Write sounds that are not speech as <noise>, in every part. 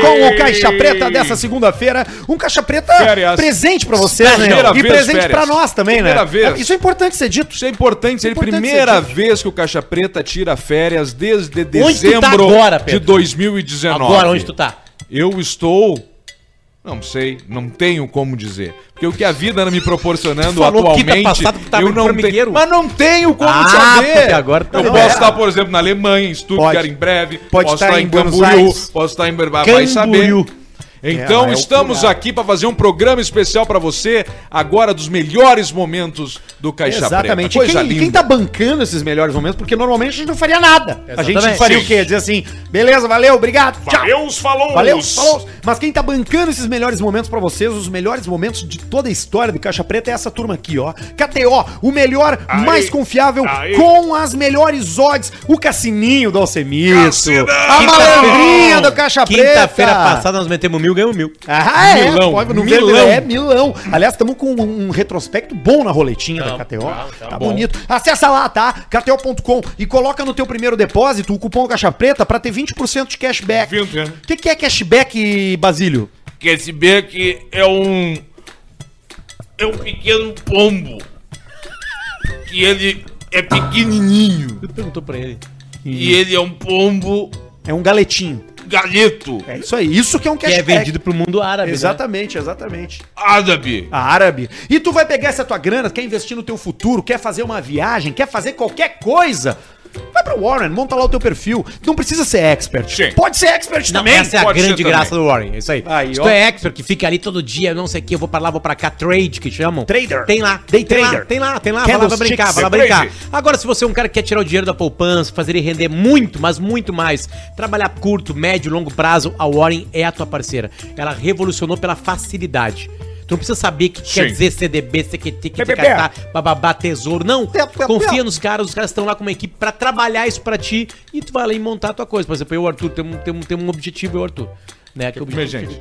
com o Caixa Preta dessa segunda-feira. Um Caixa Preta Férias. presente pra vocês, Primeira né? E vez, presente férias. pra nós também, né? Primeira vez. Isso é importante ser dito. Isso é importante, seria a Importante primeira ser vez que o Caixa Preta tira férias desde Onde tu tá dezembro agora, de Pedro? 2019. Agora, onde tu tá? Eu estou. Não sei, não tenho como dizer. Porque o que a vida anda me proporcionando falou quinta atualmente, passada que tá tu tava eu em não tenho. formigueiro. Mas não tenho como Ah, saber. porque agora tu eu tá posso liberado. estar, por exemplo, na Alemanha, em Stuttgart Pode. em breve, Pode posso estar estar em em Buenos Camboriú, Aires. posso estar em Ber- vai saber. Camboriú. Então É, é o estamos aqui para fazer um programa especial para você, agora dos melhores momentos do Caixa Preta. Exatamente. E Coisa quem, linda. quem tá bancando esses melhores momentos? Porque normalmente a gente não faria nada. A gente Exatamente. faria o quê? Dizer assim, beleza, valeu, obrigado, tá- tchau. Valeu, falou. Valeu, falou. Mas quem tá bancando esses melhores momentos pra vocês, os melhores momentos de toda a história do Caixa Preta é essa turma aqui, ó. KTO, o melhor, mais confiável, com as melhores odds. O Cassininho do Alcemito. A malandrinha do Caixa Preta. Quinta-feira passada nós metemos mil, ganhamos mil. Ah, é, Milão, pode- no Milão. Milão. É, Milão. Aliás, estamos com um um retrospecto bom na roletinha da KTO. Tá, bonito. Acessa lá, tá? KTO.com e coloca no teu primeiro depósito o cupom Caixa Preta pra ter 20% de cashback. O né? que, que é cashback, Basílio? Que esse beck é um. É um pequeno pombo. Que ele é pequenininho. Tu perguntou pra ele. E ele é um pombo É um galetinho. galeto, É isso aí. Isso que é um Que cashback. é vendido pro mundo árabe. né? Exatamente, exatamente. árabe. A árabe. E tu vai pegar essa tua grana, quer investir no teu futuro, quer fazer uma viagem, quer fazer qualquer coisa. Vai pra Warren, monta lá o teu perfil. Não precisa ser expert. Sim. Pode ser expert Não, também. essa é a pode ser grande também. graça do Warren, é isso aí. Aí, Se ó. tu é expert que fica ali todo dia, não sei o que, eu vou pra lá, vou pra cá, trade que chamam. Trader. Tem lá. Day tem trader. Lá, tem lá, tem lá, vai lá, vai Candlesticks. brincar, vai lá É brincar. crazy. Agora, se você é um cara que quer tirar o dinheiro da poupança, fazer ele render muito, mas muito mais, trabalhar curto, médio, longo prazo, a Warren é a tua parceira. Ela revolucionou pela facilidade. Tu não precisa saber o que quer dizer CDB, CQT, CQT, bababá, tesouro. Não. Confia nos caras, os caras estão lá com uma equipe pra trabalhar isso pra ti e tu vai lá e montar a tua coisa. Por exemplo, eu, Arthur, temos tem, um- tem um objetivo, eu, Arthur. Né, que é o comer objetivo-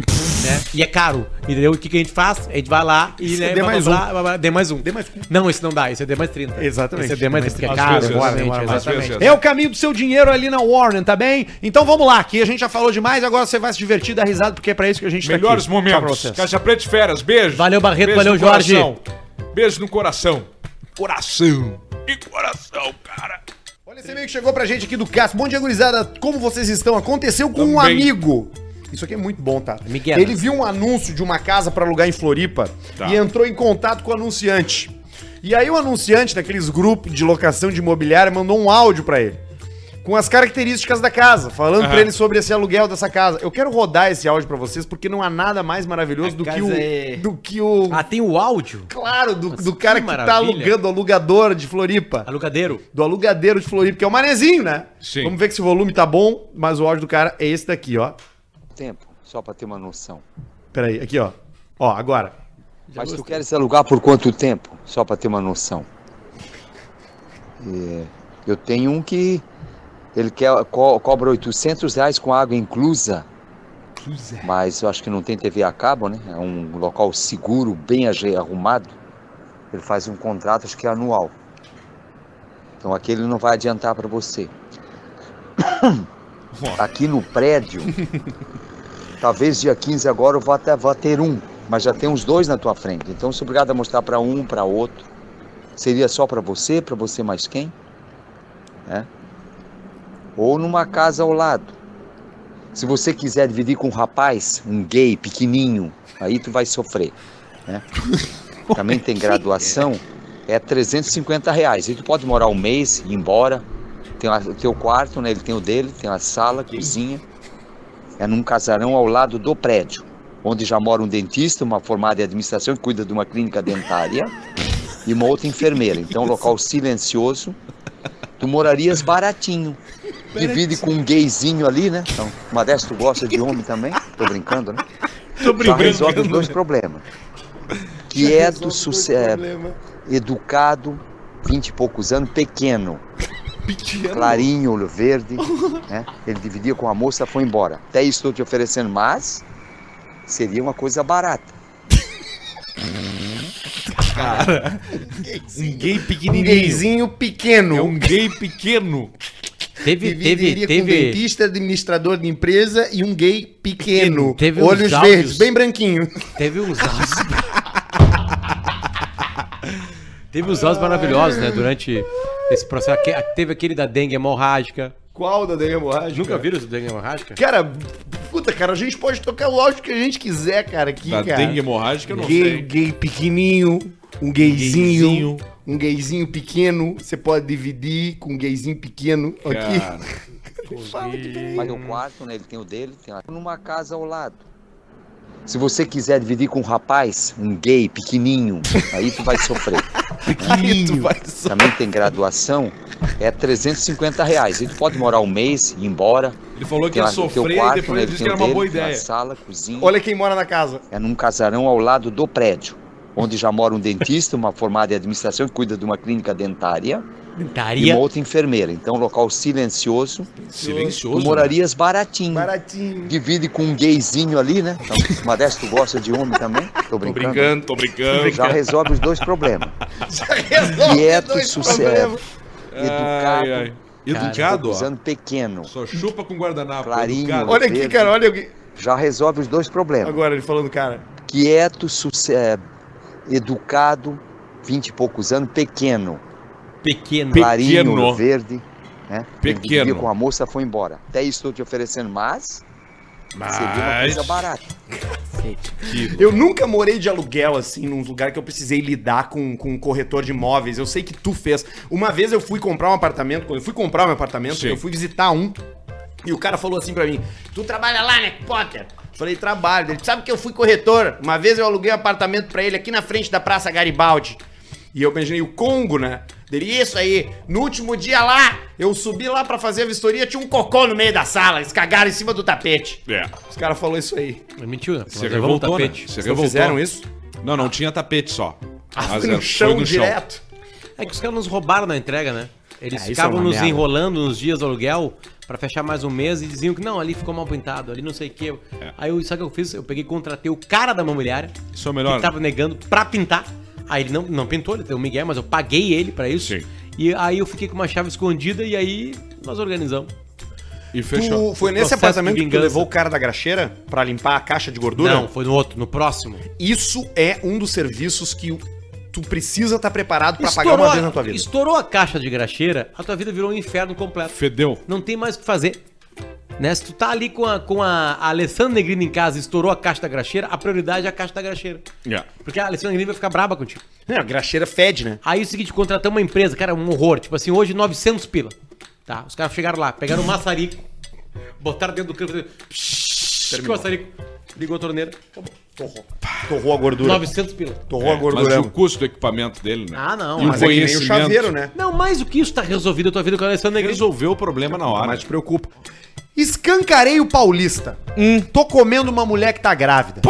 né? E é caro, entendeu? E o que, que a gente faz? A gente vai lá e Esse é né, D blá, mais blá, blá, blá, blá, D mais um. D mais um. Não, esse não dá, esse é D mais 30. Exatamente. Esse é D mais 30, porque é Às caro, vezes, exatamente, demora, às exatamente. vezes. né. É o caminho do seu dinheiro ali na Warren, tá bem? Então vamos lá, que a gente já falou demais, agora você vai se divertir, dar risada, porque é pra isso que a gente Melhores tá aqui. Tchau pra momentos. vocês. Caixa Preta de Férias, beijo. Valeu, Barreto, Beijo valeu, no Jorge. coração. Beijo no coração. Coração. E coração, cara. Olha esse e-mail que chegou pra gente aqui do Cássio. Bom dia, gurizada. Como vocês estão? Aconteceu com um Também. amigo. Isso aqui é muito bom, tá? Miguel. Tá. Ele viu um anúncio de uma casa pra alugar em Floripa e entrou em contato com o anunciante. E aí o anunciante daqueles grupos de locação de imobiliária mandou um áudio pra ele. Com as características da casa, falando pra ele sobre esse aluguel dessa casa. Eu quero rodar esse áudio pra vocês porque não há nada mais maravilhoso do que, o, casa é- do que o. Ah, tem o áudio? Claro, do, do que cara que, tá maravilha. alugando, o alugador de Floripa Alugadeiro. do alugadeiro de Floripa, que é o Manezinho, né? Sim. Vamos ver que se o volume tá bom, mas o áudio do cara é esse daqui, ó. tempo, só para ter uma noção. Peraí, aqui, ó. Ó, agora. Mas tu queres alugar por quanto tempo? Só para ter uma noção. É, eu tenho um que ele quer, co- cobra 800 reais com água inclusa. Mas eu acho que não tem TV a cabo, né? É um local seguro, bem aje- arrumado. Ele faz um contrato, acho que é anual. Então aquele não vai adiantar para você. Aqui no prédio, talvez dia 15 agora eu vá, até, vá ter um, mas já tem uns dois na tua frente. Então sou obrigado a mostrar para um, para outro. Seria só para você, para você mais quem? Né? Ou numa casa ao lado. Se você quiser dividir com um rapaz, um gay pequenininho, aí tu vai sofrer. né? Também <laughs> tem graduação, é 350 reais. E tu pode morar um mês, ir embora. Tem lá o teu quarto, né? Ele tem o dele, tem a sala, cozinha. É num casarão ao lado do prédio, onde já mora um dentista, uma formada em administração que cuida de uma clínica <laughs> dentária e uma outra enfermeira. Então, um local silencioso. Tu morarias baratinho. Divide com um gayzinho ali, né? Então, uma dessas tu gosta de homem também. Tô brincando, né? Tô brincando. né? Já resolve os dois problemas. Quieto, suce... é, educado, vinte e poucos anos, pequeno. Clarinho, olho verde. né? Ele dividia com a moça, foi embora. Até isso estou te oferecendo, mas seria uma coisa barata. Um gay Um pequenininho. Um gayzinho pequeno. É um gay pequeno. Teve, teve, Dividiria com um teve. dentista, administrador de empresa e um gay Pequeno. pequeno. Teve uns olhos áudios. verdes, bem branquinho. Teve <laughs> uns áudios. teve uns áudios maravilhosos, né? Durante esse processo. Aque- Teve aquele da dengue hemorrágica. Qual da dengue hemorrágica? Nunca viram o dengue hemorrágica? Cara, puta, cara, a gente pode tocar o áudio que a gente quiser, cara, aqui, Tá, Da cara. dengue Tá, hemorrágica eu não gay, sei. gay pequenininho, um gayzinho, um gayzinho pequeno, você pode dividir com um gayzinho pequeno Cara, aqui. <laughs> Mas Hum. o quarto, né? Ele tem o dele, tem lá. Numa casa ao lado. Se você quiser dividir com um rapaz, um gay pequenininho, aí tu vai <laughs> sofrer. Aí tu vai só- Também tem graduação, é 350 reais. E tu pode morar um mês, ir embora. ele falou que Tem ia lá o teu sofrer e quarto, depois né? ele Ele tem disse que o era uma boa dele, tem a ideia. sala, cozinha. Olha quem mora na casa. É num casarão ao lado do prédio, onde já mora um dentista, uma formada em administração que cuida de uma clínica dentária e Dentaria. uma outra enfermeira. Então, local silencioso. né? Tu Silencioso. morarias baratinho. Baratinho. <laughs> Divide com um gayzinho ali, né? Então, Modesto gosta de homem também. Tô Tô brincando. brincando, tô brincando. Já resolve os dois problemas. Resolve Quieto e dois sossego. problemas. Educado. Ai, ai. Cara, Educado, tô ó. usando pequeno. Só chupa com guardanapo. Clarinho. educado. Olha aqui, cara, olha aqui. Já resolve os dois problemas. agora ele falando, cara. Quieto, sossego. Educado, vinte e poucos anos, pequeno. Pequeno. Clarinho, olho verde. Né? Pequeno. Ele vivia com a moça, foi embora. Até isso estou te oferecendo, mas... Seria uma Mas... coisa barata. Eu nunca morei de aluguel, assim, num lugar que eu precisei lidar com, com um corretor de imóveis. Eu sei que tu fez. Uma vez eu fui comprar um apartamento, quando eu fui comprar um apartamento, Sim. eu fui visitar um, e o cara falou assim pra mim, tu trabalha lá, né, Potter? Falei, trabalho. Ele, sabe que eu fui corretor? Uma vez eu aluguei um apartamento pra ele aqui na frente da Praça Garibaldi. E eu imaginei o Congo, né? Dele, isso aí. No último dia lá, eu subi lá pra fazer a vistoria, tinha um cocô no meio da sala. Eles cagaram em cima do tapete. É. Os caras falaram isso aí. Mentiu, né? Você Nós levamos revoltou, né? tapete. Você Não revoltou. fizeram isso? Não, não tinha tapete só. Ah, Mas é, foi era- no chão direto. É que os caras nos roubaram na entrega, né? Eles Ah, isso é ficavam uma nos merda. enrolando nos dias do aluguel pra fechar mais um mês e diziam que não, ali ficou mal pintado, ali não sei o quê. É. Aí eu, sabe o que eu fiz? Eu peguei e contratei o cara da imobiliária Isso é o que melhor. tava né? negando pra pintar. Aí ele não, não pintou, ele tem o Miguel, mas eu paguei ele pra isso. Sim. E aí eu fiquei com uma chave escondida e aí nós organizamos. E fechou. Tu, foi nesse Processo apartamento de que tu vingança. levou o cara da graxeira pra limpar a caixa de gordura? Não, foi no outro, no próximo. Isso é um dos serviços que o- tu precisa estar preparado pra pagar uma vez na tua vida. estourou a caixa de graxeira, a tua vida virou um inferno completo. Fedeu. Não tem mais o que fazer. Né? Se tu tá ali com a, com a a Alessandra Negrini em casa e estourou a caixa da graxeira, a prioridade é a caixa da graxeira. Porque a Alessandra Negrini vai ficar braba contigo. É, a graxeira fede, né? Aí é o seguinte, contratamos uma empresa, cara, um horror. Tipo assim, hoje 900 pila. Tá, os caras chegaram lá, pegaram um maçarico, botaram dentro do canto, fizeram... psh, Que maçarico. Ligou a torneira, acabou. Torrou. Torrou a gordura. 900 pila. Torrou a Mas gordura. o custo do equipamento dele, né? Ah, não. E o Mas Mas é que nem o conhecimento. chaveiro, né? Não, mais do que isso tá resolvido a tua vida com a Alessandra Negrini. Resolveu o problema na hora. Mas te preocupa. Escancareio paulista. Tô comendo uma mulher que tá grávida.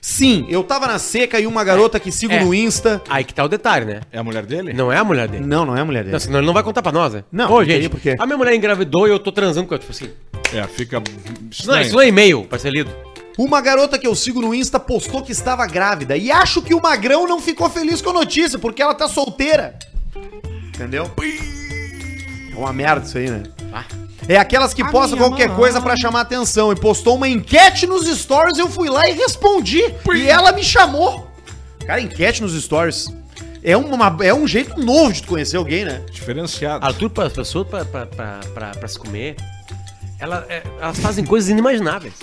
Sim, eu tava na seca e uma garota que sigo É. no Insta. Aí que tá o detalhe, né? É a mulher dele? Não é a mulher dele. Não, não é mulher dele. Não, senão ele não vai contar pra nós, né? Não, Ô, não gente, teria por quê. a minha mulher engravidou e eu tô transando com ela. Tipo assim, É, fica. isso não, estranho. isso não é e-mail pra ser lido. Uma garota que eu sigo no Insta postou que estava grávida e acho que o Magrão não ficou feliz com a notícia porque ela tá solteira. Entendeu? É uma merda isso aí, né? É aquelas que postam qualquer coisa pra chamar atenção e postou uma enquete nos stories, eu fui lá e respondi e ela me chamou. Cara, enquete nos stories. É, uma, é um jeito novo de tu conhecer alguém, né? Diferenciado. Arthur, para as pessoas, pra, pra, pra, pra, pra se comer, ela- é, elas fazem coisas inimagináveis.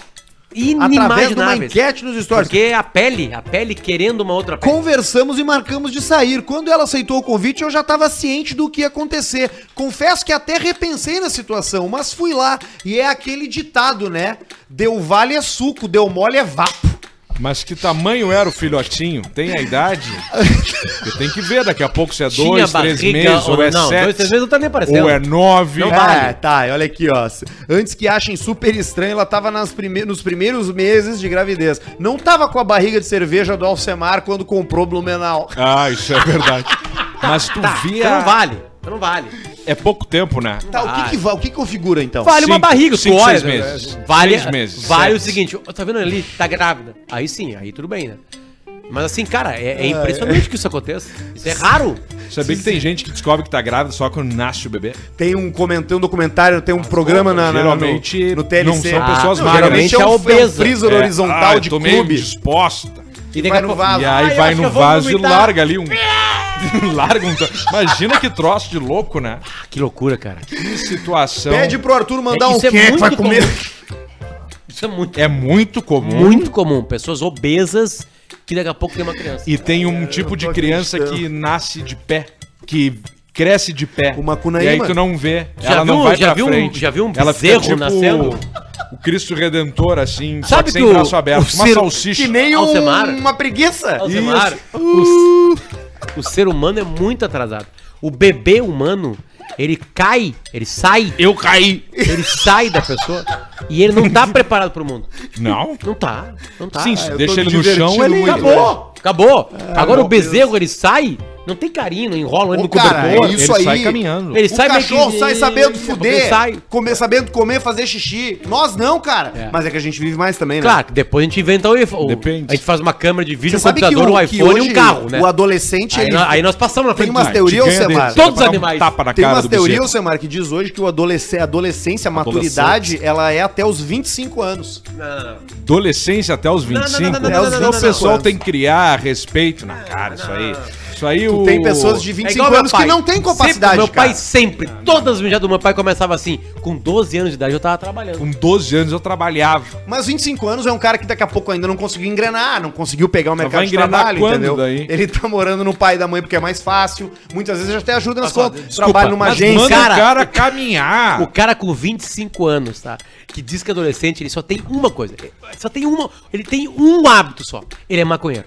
Através de uma Inimagináveis. enquete nos stories. Porque a pele, a pele querendo uma outra pele. Conversamos e marcamos de sair. Quando ela aceitou o convite, eu já estava ciente do que ia acontecer. Confesso que até repensei na situação, mas fui lá. E é aquele ditado, né? Deu vale é suco, deu mole é vapo. Mas que tamanho era o filhotinho? Tem a idade? Você tem que ver, daqui a pouco se é dois, três meses, ou é não, sete, dois, três meses não tá nem aparecendo. ou é nove. é, tá, olha aqui, ó. Antes que achem super estranho, ela tava nas prime- nos primeiros meses de gravidez. Não tava com a barriga de cerveja do Alcemar quando comprou Blumenau. Ah, isso é verdade. Mas tu via. Então não vale, então não vale. É pouco tempo, né? Tá, o que que, va- o que configura então? Vale uma Cinco- barriga, cinco, tu olha. né? seis meses. Vale, Seis meses, vale o sete. seguinte, ó, tá vendo ali? Tá grávida. Aí sim, aí tudo bem, né? Mas assim, cara, é, é impressionante que isso aconteça. Isso é raro. Sabia que tem gente que descobre que tá grávida só quando nasce o bebê? Tem um comentário, tem um documentário, tem um programa na, na- Geralmente no, no TLC. não são Ah, pessoas não, magras. geralmente é é um, é um obesa. freezer É, horizontal ah, eu de tô meio clube. disposta. E daqui vai a no pouco- vaso. E Ah, aí eu vai acho que no eu vou vaso e vomitar. larga ali <laughs> um... <laughs> larga um... to- Imagina que troço de louco, né? Ah, Que loucura, cara. Que situação... Pede pro Arthur mandar É, um isso é quem é que muito vai comer. comum. <laughs> Isso é muito, É muito comum. muito comum. Pessoas obesas que daqui a pouco tem uma criança. E tem É, um tipo de criança que nasce de pé, que cresce de pé. Uma cunaíma. E aí tu não vê, Já ela não viu- vai já pra viu um- frente. já viu um Ela fica bezerro tipo nascendo? O Cristo Redentor, assim, só Sabe que que sem o- braço aberto. o Uma ser- salsicha. Que nem Alcemar. um, uma preguiça. Alcemar, o, o ser humano é muito atrasado. O bebê humano, ele cai, ele sai, Eu caí. ele sai da pessoa e ele não tá preparado pro mundo. Não. Não tá, não tá. Sim, Ah, se eu deixa tô ele me no chão, divertindo ele muito. acabou. né? Acabou. Agora meu o bezerro, ele sai, não tem carinho, não enrola ele É, Ô, no cara, cobertor. é isso ele sai aí. caminhando. Ele O sai meio cachorro que- sai sabendo Ele fuder, sai. comer, sabendo comer, fazer xixi. Nós não, cara. É. Mas é que a gente vive mais também, né? Claro, que depois a gente inventa o iPhone. Depende. A gente faz uma câmera de vídeo, Você um sabe que, computador, o, um que iPhone e hoje um carro, né? O adolescente, Aí, ele- nó- aí nós passamos na Tem frente umas do teorias. teoria, Te ganha Alcemar? desse, Todos dá pra os dar um animais. Tapa na Tem cara umas do teorias, bezerro. Samar, que diz hoje que o adolescente, a adolescência, a maturidade, ela é até os 25 anos. Adolescência até os 25. não, não, não, não, não, não, Então, o pessoal não. tem que criar respeito na cara, isso aí. Isso aí o... Tem pessoas de É 25 igual meu anos que pai. não têm Sempre, capacidade, meu cara. pai sempre, todas as mijadas do meu pai começavam assim. Com 12 anos de idade eu tava trabalhando. Com 12 anos eu trabalhava. Mas 25 anos é um cara que daqui a pouco ainda não conseguiu engrenar, não conseguiu pegar o mercado vai de engrenar trabalho, quando entendeu? daí? Ele tá morando no pai da mãe porque é mais fácil. Muitas vezes até ajuda nas Passado. contas. Desculpa, Trabalha numa mas agência. Manda Cara, o cara Ah. caminhar. O cara com 25 anos, tá? Que diz que é adolescente, ele só tem uma coisa. Ele Só tem uma. Ele tem um hábito só. Ele é maconheiro.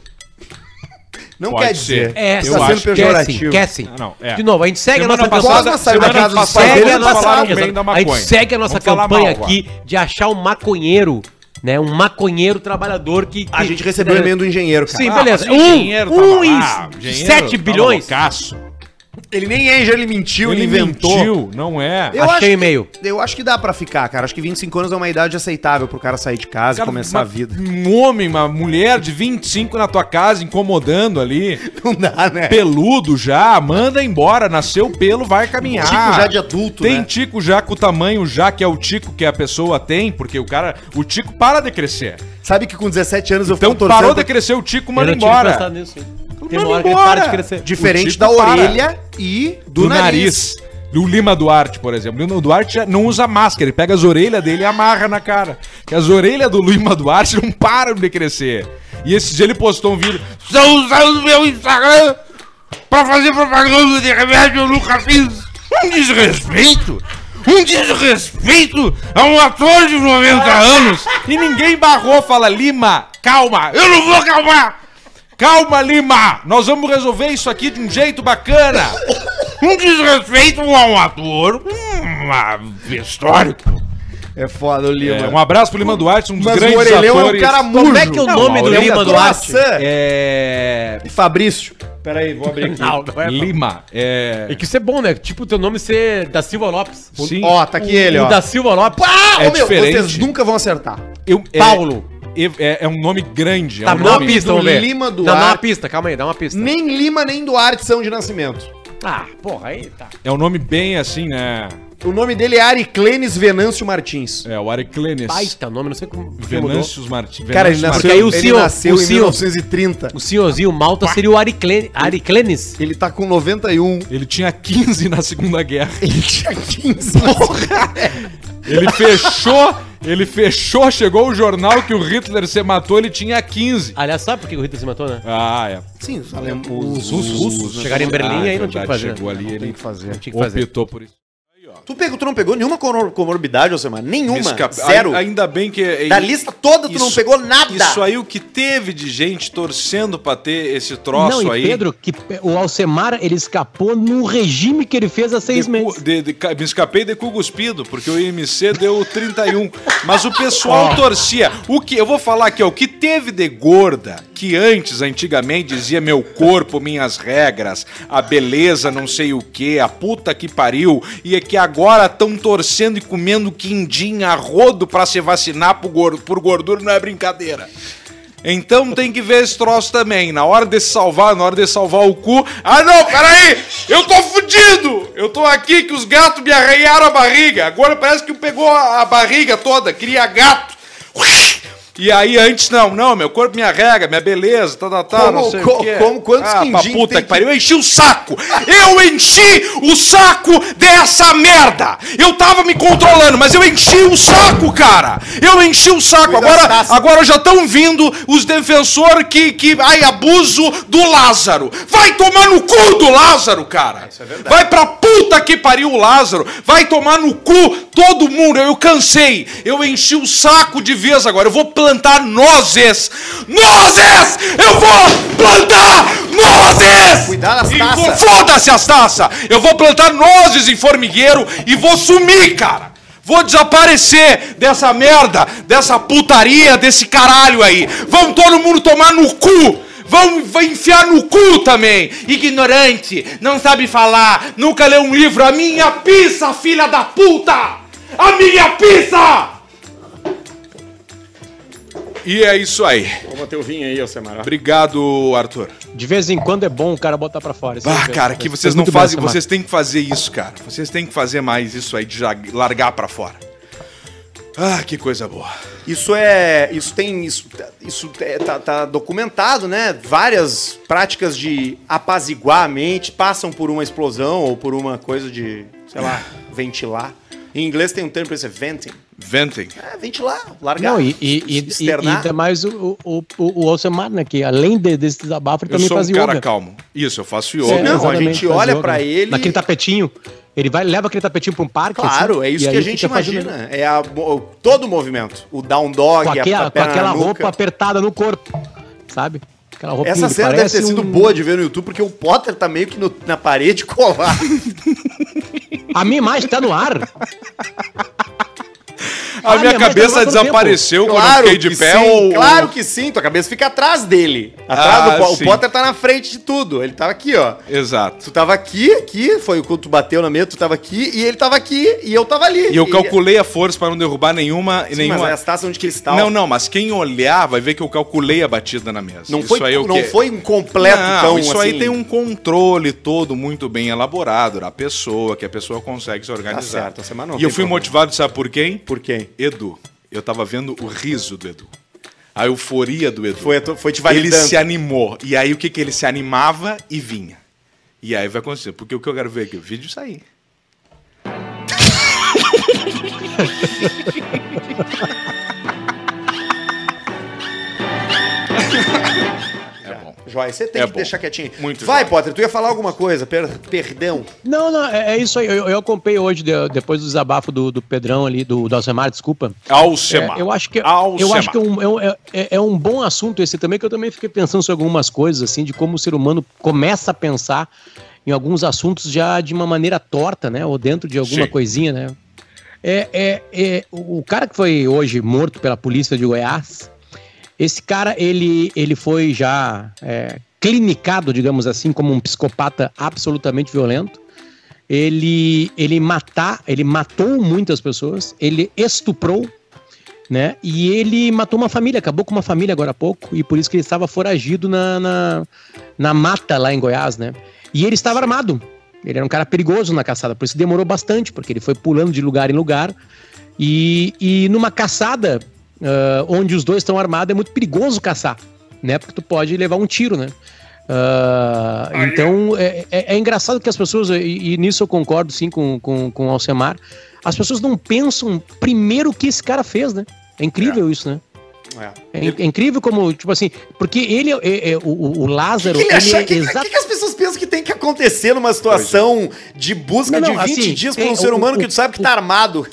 não Pode quer dizer. ser. É, Eu tá sendo acho que assim, pejorativo. Quer sim, quer sim. Ah, não, é. De novo, a gente segue Semana a nossa passada, Cosma saiu da semana casa dos pais passada, segue dele, a eles falaram nossa, bem exato. da a maconha. gente segue a nossa Vamos falar campanha mal aqui de achar um maconheiro, né? Um maconheiro trabalhador que. A gente recebeu o e-mail do engenheiro, cara. Sim, Ah, beleza. mas o engenheiro tava Um, um em lá, o engenheiro 7 tava bilhões. loucaço. Ele nem é engenheiro, ele mentiu, ele, Ele inventou. mentiu, não é. Achei Eu acho o que- e-mail. Eu acho que dá pra ficar, cara. Acho que 25 anos é uma idade aceitável pro cara sair de casa Cara, e começar uma- a vida. <laughs> Um homem, uma mulher de 25 na tua casa, incomodando ali, Não dá, né? peludo já, manda embora, nasceu pelo, vai caminhar. Tico já de adulto, Tem né? tico já com o tamanho já que é o tico que a pessoa tem, porque o cara, o tico para de crescer. Sabe que com 17 anos eu Então fico parou de pra- crescer o tico, Eu manda não tinha embora. pensado nisso. Tem Manda uma hora que ele para embora. de <laughs> crescer. O Diferente tico da para. orelha e do, do, nariz. nariz. Do Lima Duarte, por exemplo. Lima Duarte já não usa máscara, ele pega as orelhas dele e amarra na cara. Que as orelhas do Lima Duarte <laughs> não param de crescer. E esse dia ele postou um vídeo. Só usando meu Instagram pra fazer propaganda de remédio, eu nunca fiz. Um desrespeito. Um desrespeito a um ator de 90 anos. E ninguém barrou, fala, Lima, calma, Eu não vou calmar. calma, Lima! Nós vamos resolver isso aqui de um jeito bacana! Um desrespeito a um ator hum, histórico. É foda o Lima. É, um abraço pro Lima Duarte, um dos Mas grandes o orelhão é um atores. cara Como mujo. é que é o Não, nome a do orelha Lima Duarte? É. Fabrício. Peraí, vou abrir aqui. Não, não é- Lima, E é. que isso é bom, né? Tipo, teu nome ser da Silva Lopes. Sim, Ó, tá aqui ele, o ó. da Silva Lopes. Ah, É ô, meu, vocês diferente. nunca vão acertar. eu, é- Paulo. É, é um nome grande. Tá, é um me dá uma nome pista, do vamos ver. Lima Dá, dá uma Duarte. pista, calma aí, dá uma pista. Nem Lima nem Duarte são de nascimento. Ah, porra, aí tá. É um nome bem assim, né? O nome dele é Ariclenes Venâncio Martins. É, o Ariclenes. Baita nome, não sei como como Venâncios Martins. Cara, ele Porque nasceu, aí o ele Sil- nasceu o em Sil- 1930. O senhorzinho Malta seria o Ariclen- Ariclenes. Ele tá <laughs> com 91. Ele tinha 15 na Segunda Guerra. Ele tinha 15. Ele fechou, ele fechou, chegou o jornal que o Hitler se matou, ele tinha 15. Aliás, sabe por que o Hitler se matou, né? Ah, é. Sim, os, alem... os russos. né, Chegaram em Berlim, aí não tinha que fazer. Chegou ali, ele fazer. Não tinha que fazer. optou por isso. Tu, pegou, tu não pegou nenhuma comor- comorbidade, Alcemar? Nenhuma. Escapa- Zero. Ai- Ainda bem que... é- da lista toda tu não isso- pegou nada. Isso é- aí, o que teve de gente torcendo pra ter esse troço Não, e aí... Pedro, que pe- o Alcemar, ele escapou num regime que ele fez há seis de cu- meses. de- de ca- me escapei de cu cuspido, porque o IMC deu 31. Mas o pessoal torcia. O que, eu vou falar aqui, ó, o que teve de gorda, que antes, antigamente, dizia meu corpo, minhas regras, a beleza, não sei o que, a puta que pariu, e é que agora estão torcendo e comendo quindinha a rodo pra se vacinar por, gor- por gordura, não é brincadeira. Então tem que ver esse troço também. Na hora de se salvar, na hora de salvar o cu. Ah não, peraí! Eu tô fudido! Eu tô aqui que os gatos me arranharam a barriga. Agora parece que pegou a a barriga toda, queria gato. E aí antes não, não, meu corpo me arrega, minha beleza, tá, tá, tá, não Como- sei co- o quê. como- quantos ah, pra quindim puta tem que pariu, eu enchi o saco. Eu enchi o saco dessa merda. Eu tava me controlando, mas eu enchi o saco, cara. Eu enchi o saco. Agora, agora já estão vindo os defensores que, que, ai, abuso do Lázaro. Vai tomar no cu do Lázaro, cara. Vai pra puta que pariu o Lázaro. Vai tomar no cu todo mundo. Eu cansei. Eu enchi o saco de vez agora. Eu vou plantar nozes. Nozes! Eu vou plantar nozes! Cuidado as E taças. vou- Foda-se as taças! Eu vou plantar nozes em formigueiro e vou sumir, cara! Vou desaparecer dessa merda, dessa putaria, desse caralho aí! Vão todo mundo tomar no cu! Vão vai enfiar no cu também! Ignorante, não sabe falar, nunca leu um livro, a minha pizza, filha da puta! A minha pizza! E é isso aí. Vou bater o vinho aí, ô Samara. Obrigado, Arthur. De vez em quando é bom o cara botar pra fora. isso Bah, aí, Ah, cara, é- que é vocês não muito fazem. bom essa Vocês têm que fazer isso, cara. Vocês têm que fazer mais isso aí de já largar pra fora. Ah, que coisa boa. Isso é. Isso tem. Isso, isso é- tá, tá documentado, né? Várias práticas de apaziguar a mente passam por uma explosão ou por uma coisa de, <laughs> sei lá, ventilar. Em inglês tem um termo pra isso, é venting. Venting. É, ventilar, largar. Não, e, e, e, e- e externar. ainda mais o, o, o, o Alcemar, né? Que além de- desse desabafo, ele Eu também sou um faz yoga. cara calmo. Isso, eu faço yoga. É, Não, a exatamente, gente faz olha yoga, pra né? ele- Naquele tapetinho. Ele vai, leva aquele tapetinho pra um parque. Claro, assim, é e isso que aí a gente fica fazendo- imagina. É a- o- todo o movimento. O down dog, Com aquela, a com perna na aquela nuca. roupa apertada no corpo, sabe? Aquela roupa Essa cena deve ter um sido boa de ver no YouTube, porque o Potter tá meio que no- na parede <laughs> colado. A minha imagem tá no ar. <laughs> A Ah, minha minha mãe cabeça tava todo desapareceu quando eu fiquei de pé. sim, ou... claro que sim, tua cabeça fica atrás dele. Atrás Ah, do, Po- o sim. Potter tá na frente de tudo. Ele tava aqui, ó. Exato. Tu tava aqui, aqui, foi o quando tu bateu na mesa, tu tava aqui, e ele tava aqui, e eu tava ali. E eu calculei a força pra não derrubar nenhuma. Sim, nenhuma... mas é tá as taças são de cristal. Não, não, mas quem olhar vai ver que eu calculei a batida na mesa. Não foi, aí é eu não que- foi um completo Não, tão isso assim. aí tem um controle todo muito bem elaborado da pessoa, que a pessoa consegue se organizar. Tá certo, essa semana não e eu tem fui problema. motivado, sabe por quem? Por quem? Edu. Eu tava vendo o riso do Edu. A euforia do Edu. Foi, foi te ele validando. se animou. E aí o que que ele se animava e vinha. E aí vai acontecer. Porque o que eu quero ver aqui, o vídeo sair. <laughs> é bom. Joyce, você tem É que bom. deixar quietinho. Muito Vai, joia. Potter, tu ia falar alguma coisa, per- perdão. Não, não, é, é isso aí. Eu, eu acompanhei hoje, de- depois do desabafo do, do Pedrão ali, do, do Alcemar, desculpa. Alcemar. É, eu acho que, eu Alcemar. acho que é, um, é um- é- é um bom assunto esse também, que eu também fiquei pensando sobre algumas coisas, assim, de como o ser humano começa a pensar em alguns assuntos já de uma maneira torta, né? Ou dentro de alguma Sim. coisinha, né? É, é, é, o o cara que foi hoje morto pela polícia de Goiás, esse cara, ele, ele foi já é, clinicado, digamos assim, como um psicopata absolutamente violento. Ele, ele, matar, ele matou muitas pessoas, ele estuprou né? E ele matou uma família, acabou com uma família agora há pouco, e por isso que ele estava foragido na, na, na mata lá em Goiás, né? E ele estava armado. Ele era um cara perigoso na caçada, por isso demorou bastante, porque ele foi pulando de lugar em lugar. E, e numa caçada, ah, onde os dois estão armados, é muito perigoso caçar, né? Porque tu pode levar um tiro, né? Ah, então é, é- é engraçado que as pessoas, e, e nisso eu concordo sim com, com, com o Alcemar, as pessoas não pensam primeiro o que esse cara fez, né? É incrível isso, né? É, in- é incrível como, tipo assim, porque ele, é- é- é- o- o, o O Lázaro, que, que, ele ele tá achar- é que- exata- que- que as pessoas pensam que tem que acontecer numa situação de busca é. Não, não, de 20 assim, dias por um é, ser o- humano que o- tu sabe que o- tá armado?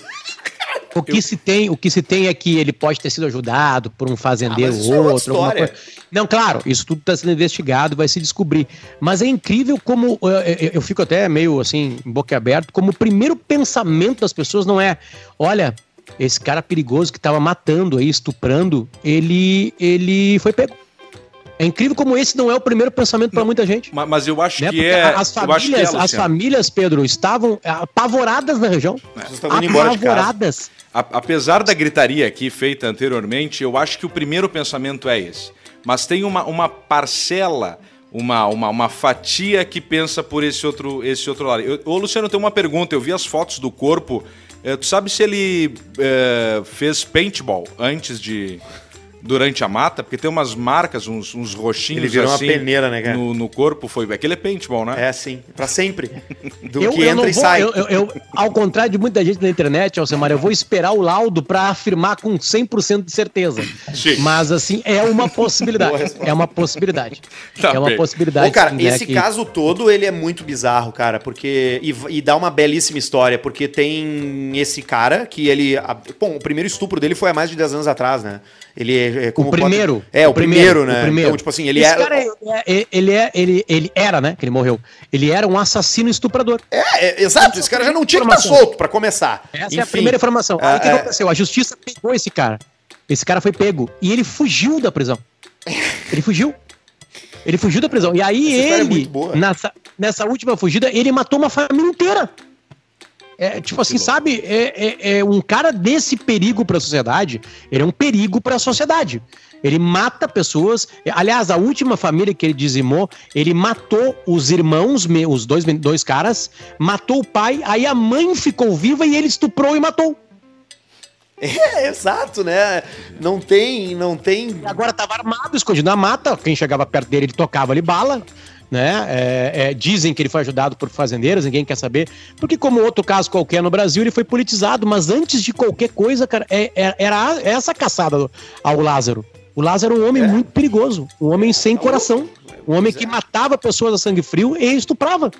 O que se tem, o que se tem é que ele pode ter sido ajudado por um fazendeiro Ah, mas isso é ou outra outro, alguma história. coisa. Não, claro, isso tudo está sendo investigado, vai se descobrir. Mas é incrível como eh, eh, eu, fico até meio assim, boca aberto, como o primeiro pensamento das pessoas não é, olha, esse cara perigoso que estava matando aí, estuprando, ele ele foi pego. É incrível como esse não é o primeiro pensamento para muita gente. Ma- Mas eu acho né? que Porque é. a- as, eu acho que é, famílias, as Luciano. famílias, Pedro, estavam apavoradas na região. estavam indo embora de casa. apavoradas. A- Apesar da gritaria aqui feita anteriormente, eu acho que o primeiro pensamento é esse. Mas tem uma, uma parcela, uma, uma, uma fatia que pensa por esse outro, esse outro lado. Eu, ô, Luciano, tem uma pergunta. Eu vi as fotos do corpo. Eh, tu sabe se ele eh, fez paintball antes de. Durante a mata, porque tem umas marcas, uns, uns roxinhos Ele virou uma assim peneira, né, cara? No, no corpo foi. Aquele é paintball, né? É assim, pra sempre. Do Eu, que eu entra não e vou, sai. eu- eu- eu- ao contrário de muita gente na internet, Alcemar, eu vou esperar o laudo para afirmar com 100% de certeza. Sim. Mas, assim, é <laughs> uma Boa possibilidade. resposta. é uma <laughs> possibilidade. Tá é uma bem. possibilidade. Ô, cara, sim, né, esse que- caso todo, ele é muito bizarro, cara, porque... E, v- e dá uma belíssima história, porque tem esse cara que ele... a- bom, o primeiro estupro dele foi há mais de 10 anos atrás, né? Ele é... é como O primeiro. É, o, primeiro, né? O primeiro. Então, tipo assim, ele Esse era... cara, é- é- ele, é, ele, ele era, né? Que ele morreu. Ele era um assassino estuprador. É, é, exato, esse cara já não tinha que estar Informação. solto, pra começar. Essa é a primeira informação. Aí o que é- aconteceu? A justiça pegou esse cara. Esse cara foi pego. E ele fugiu da prisão. Ele fugiu. Ele fugiu da prisão. E aí Essa história é ele, muito boa. nessa, nessa última fugida, ele matou uma família inteira. É, tipo assim, sabe? É, é- é um cara desse perigo para a sociedade, ele é um perigo para a sociedade. Ele mata pessoas. Aliás, a última família que ele dizimou, ele matou os irmãos, me- os dois, dois caras, matou o pai, aí a mãe ficou viva e ele estuprou e matou. É, exato, né? Não tem... Não tem... E agora tava armado, escondido na mata. Quem chegava perto dele, ele tocava ali bala. Né? É, é, dizem que ele foi ajudado por fazendeiros, ninguém quer saber. Porque, como outro caso qualquer no Brasil, ele foi politizado. Mas antes de qualquer coisa, cara, é- é- era a- essa caçada do- ao Lázaro. O Lázaro é um homem muito perigoso, um homem sem coração, um homem é. que matava pessoas a sangue frio e estuprava.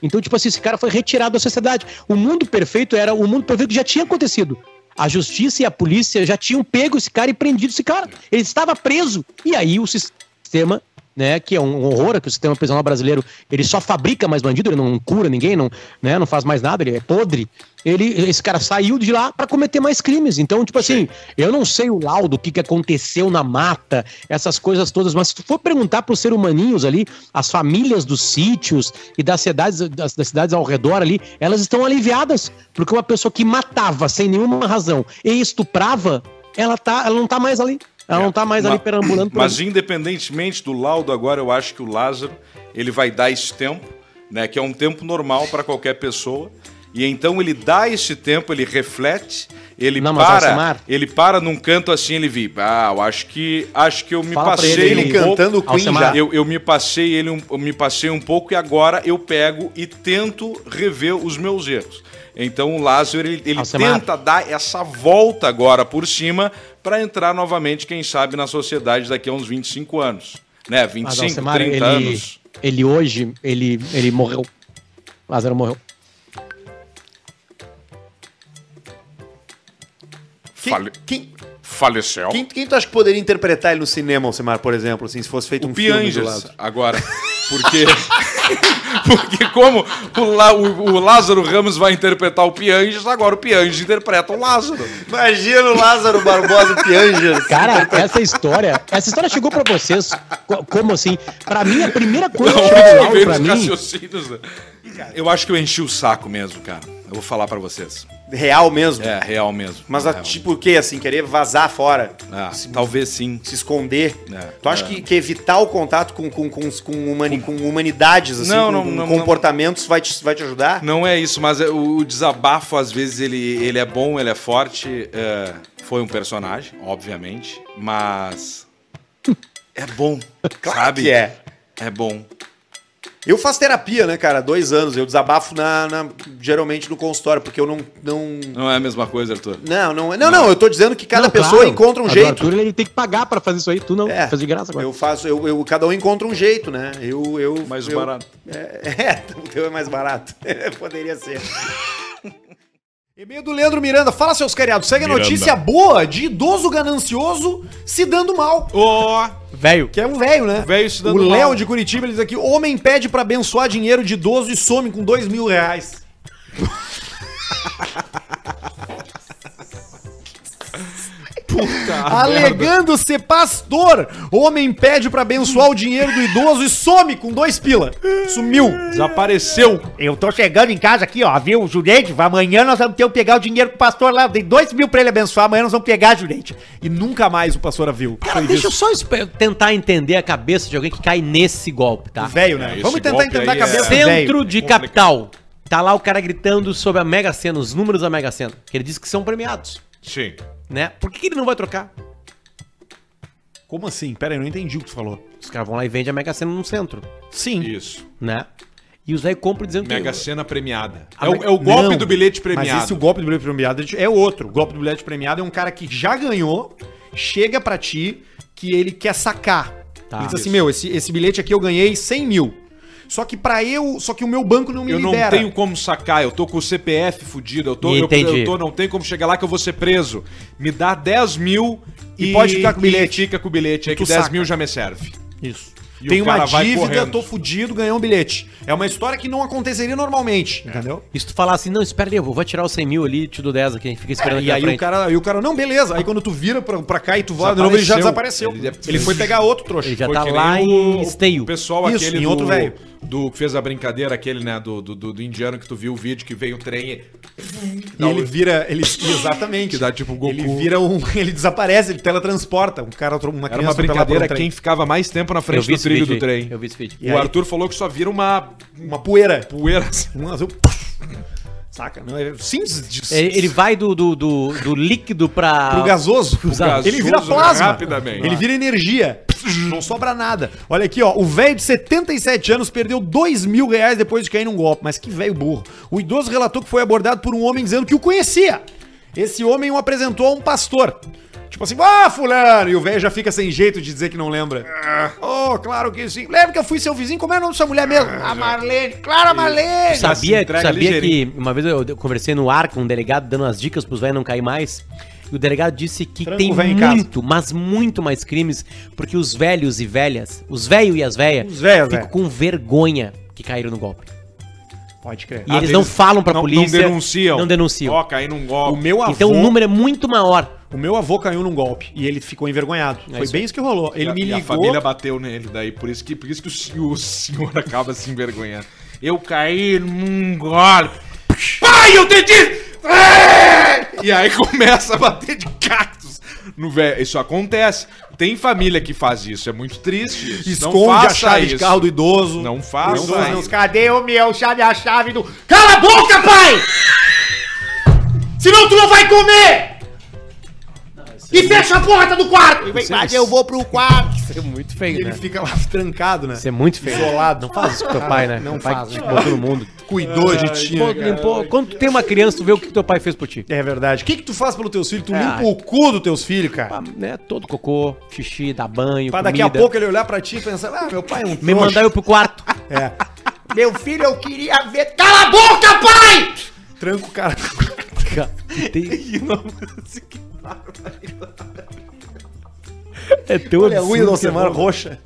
Então, tipo assim, esse cara foi retirado da sociedade. O mundo perfeito era o mundo perfeito que já tinha acontecido. A justiça e a polícia já tinham pego esse cara e prendido esse cara. Ele estava preso. E aí o sistema, né, que é um horror, que o sistema prisional brasileiro, ele só fabrica mais bandido, ele não cura ninguém, não, né, não faz mais nada, ele é podre. Ele, esse cara saiu de lá para cometer mais crimes. Então, tipo assim, eu não sei o laudo, o que, que aconteceu na mata, essas coisas todas, mas se tu for perguntar para os ser humaninhos ali, as famílias dos sítios e das cidades, das, das cidades ao redor ali, elas estão aliviadas, porque uma pessoa que matava sem nenhuma razão e estuprava, ela, tá, ela não tá mais ali. Ela É, não tá mais ali ma- perambulando. por Mas aí. independentemente do laudo agora, eu acho que o Lázaro ele vai dar esse tempo, né? Que é um tempo normal para qualquer pessoa. E então ele dá esse tempo, ele reflete, ele Não, mas, para, Alcimar- ele para num canto assim, ele vi, ah, eu acho que acho que eu me Fala pra passei ele, um ele pouco- cantando Queen Alcemar. já. eu, eu me passei ele um, eu me passei um pouco e agora eu pego e tento rever os meus erros. Então o Lázaro ele, ele Alcemar. tenta dar essa volta agora por cima para entrar novamente, quem sabe, na sociedade daqui a uns 25 anos, né? 25, Mas Alcemar, 30 ele, anos. ele hoje, ele, ele morreu. Lázaro morreu. Quem, Fale- quem, Faleceu. é. quem, quem tu acha que poderia interpretar ele no cinema, Alcimar, por exemplo, assim, se fosse feito o um filme do Pianges lado? agora, porque <laughs> porque como o, La- o- o Lázaro Ramos vai interpretar o Pianges, agora o Pianges interpreta o Lázaro. Imagina o Lázaro Barbosa Pianges. Cara, essa história, essa história chegou pra vocês co- como assim? Pra mim a primeira coisa que chegou Não, é lá eu, pra mim, eu acho que eu enchi o saco mesmo, cara. Eu vou falar pra vocês. Real mesmo. É, real mesmo. Mas é, a- tipo o quê, assim? Querer vazar fora? Ah, talvez sim. Se esconder? É, tu acha é. que, que evitar o contato com, com, com, com, humani- com humanidades, assim, Não, com, não, com não, não. comportamentos, Vai, te, vai te ajudar? Não é isso, mas é- o, o desabafo, às vezes, ele, ele é bom, ele é forte. é, foi um personagem, obviamente, mas. É bom, sabe? que é. É bom. Eu faço terapia, né, cara? Dois anos. Eu desabafo na, na- geralmente no consultório, porque eu não. Não, Não é a mesma coisa, Arthur. não, não, não, não, eu tô dizendo que cada Não, pessoa claro, encontra um agora, jeito. Arthur, ele tem que pagar pra fazer isso aí, tu não, É. faz de graça agora. Eu faço, eu, eu- cada um encontra um jeito, né? Eu, eu, Mais eu- barato. É, é, <laughs> o teu é mais barato. <laughs> Poderia ser. <laughs> E-mail do Leandro Miranda. Fala, seus cariados. Segue a notícia boa de idoso ganancioso se dando mal. Ó, Velho, Que é um velho, né? velho se O dando Léo mal. de Curitiba ele diz aqui: homem pede pra abençoar dinheiro de idoso e some com dois mil reais. Puta Alegando ser pastor, homem pede pra abençoar o dinheiro do idoso e some com dois pila. Sumiu. Desapareceu. Eu tô chegando em casa aqui, ó, viu, Jureide? Amanhã nós vamos ter que pegar o dinheiro pro pastor lá. Tem dois mil pra ele abençoar, amanhã nós vamos pegar, Jureide. E nunca mais o pastor a viu. Cara, deixa eu só espe- tentar entender a cabeça de alguém que cai nesse golpe, tá? Velho, né? esse Vamos tentar golpe entender a aí Ah, é- cabeça do velho. Centro de capital. Tá lá o cara gritando sobre a Mega Sena, os números da Mega Sena. Que ele diz que são premiados, Sim. né? Por que que ele não vai trocar? Como assim? Pera aí, eu não entendi o que tu falou. Os caras vão lá e vendem a Mega Sena no centro, Sim. Isso. né? E os aí compram dizendo Mega que... Sena premiada. Ah, É o, mas- é o golpe Não, do bilhete Mas esse premiado. o golpe do bilhete premiado é outro. O golpe do bilhete premiado é um cara que já ganhou, chega pra ti, que ele quer sacar. Tá. ele diz assim, Isso. meu, esse, esse bilhete aqui eu ganhei 100 mil. Só que pra eu, só que o meu banco não me Eu não libera. tenho como sacar, eu tô com o CPF fudido, eu tô, eu, Entendi. eu tô, não tem como chegar lá que eu vou ser preso. Me dá 10 mil E pode ficar com o bilhete. fica com o bilhete, aí Tu que 10 saca. mil já me serve. Isso. E Tem o uma cara vai dívida, correndo. tô fudido, ganhei um bilhete. É uma história que não aconteceria normalmente, É. entendeu? E se tu falar assim, não, espera aí, eu vou tirar os 100 mil ali, te dou 10 aqui, a gente fica esperando Ah, E aqui aí o cara, aí o cara, não, beleza. Aí quando tu vira pra, pra cá e tu tá vai de novo, ele já desapareceu. Desapareceu. Ele, foi pegar outro trouxa. Ele já Foi tá que lá nem em o- Esteio. O pessoal Isso, aquele em do, outro velho. do que fez a brincadeira, aquele, né, do, do, do- do indiano que tu viu o vídeo que veio o trem e... E ele vira, ele exatamente. <laughs> Que dá tipo o Goku. Ele vira um, <laughs> ele desaparece, ele teletransporta. Um cara, uma Era uma atropelada por um brincadeira trem. quem ficava mais tempo na Eu frente vi do esse trilho do vídeo aí, trem. eu vi esse vídeo. E O aí- Arthur falou que só vira uma uma poeira. poeira <laughs> assim. Um azul. Saca? Não, é simples de- Ele, ele vai do, do, do, do líquido pra... pro gasoso. né? gasoso, Ele vira plasma. rapidamente. Ele vira energia. Não sobra nada. Olha aqui, ó. O velho de 77 anos perdeu 2 mil reais depois de cair num golpe. Mas que velho burro. O idoso relatou que foi abordado por um homem dizendo que o conhecia. Esse homem o apresentou a um pastor. Tipo assim, ah, fulano! E o velho já fica sem jeito de dizer que não lembra. Oh, claro que sim. Lembra que eu fui seu vizinho? Como é o nome dessa mulher mesmo? A Marlene. Claro, a Marlene! Tu sabia, tu se Tá entrega sabia que ligeirinho. uma vez eu eu conversei no ar com um delegado dando as dicas pros velhos não cair mais. E o delegado disse que Tranca tem o velho em casa. muito, mas muito mais crimes, porque os velhos e velhas, os velhos e as velhas, Os velhos, ficam velho. com vergonha que caíram no golpe. Pode crer. E eles não falam pra não- polícia. Não denunciam. Não denunciam. Ó, cair num golpe. Ah, O meu avô. Então o número é muito maior. O meu avô caiu num golpe e ele ficou envergonhado. Foi isso bem isso que rolou. E Ele a- me e ligou. A família bateu nele, daí por isso que, por isso que o, se- o senhor acaba se envergonhando. Eu caí num golpe. Pai, eu te disse! É! E aí começa a bater de cactos no velho. Isso acontece. Tem família que faz isso, é muito triste. Isso. Esconde a chave de carro do idoso. Não faça Não faça isso. isso. Cadê o meu chave, a chave do... Cala a boca, pai! Senão tu não vai comer! E fecha a porta do quarto! E vem, mas eu vou pro quarto. Isso é muito feio, Ele fica lá trancado, né? Isso é muito feio. Isolado. Não faz isso com teu pai, né? <laughs> Não Teu pai faz, que te né? botou no mundo. Cuidou de ti. né, é Pô, cara? limpou- Quando tu tem uma criança, tu vê o que teu pai fez por ti. É verdade. O que, que tu faz pelos teus filhos? Tu É. limpa o cu dos teus filhos, Ah, cara. Né? Todo cocô, xixi, dá banho, Pra daqui a pouco ele olhar pra ti e pensar, ah, meu pai é um Me trouxa." mandar eu pro <laughs> quarto. É. <laughs> Meu filho, eu queria ver... Cala a boca, pai! Tranca o cara. Cara, <laughs> tem- É teu Olha a unha da absurdo. semana roxa.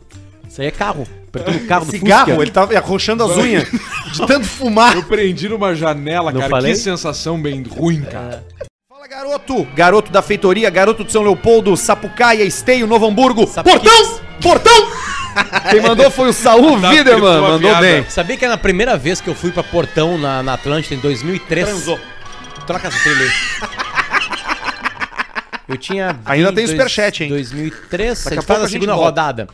Isso aí é carro. Apertou no carro do Cigarro, Fusca. ele tava arrochando as unhas. De tanto fumar. Eu prendi numa janela, Não cara. falei? Que sensação bem ruim, É, cara. <laughs> Fala, garoto! Garoto da feitoria, garoto de São Leopoldo, Sapucaia, Esteio, Novo Hamburgo. Sapuquis. Portão! Portão! Quem mandou foi o Saul Tá, Wiedemann, apertou a mandou piada. bem. Sabia que era a primeira vez que eu fui pra Portão na, na Atlântida em 2003? Transou. Troca essa trilha aí. Eu tinha. Ainda vinte- tem superchat, hein? 2003, Daqui a a gente pouco faz a a gente segunda volta. rodada.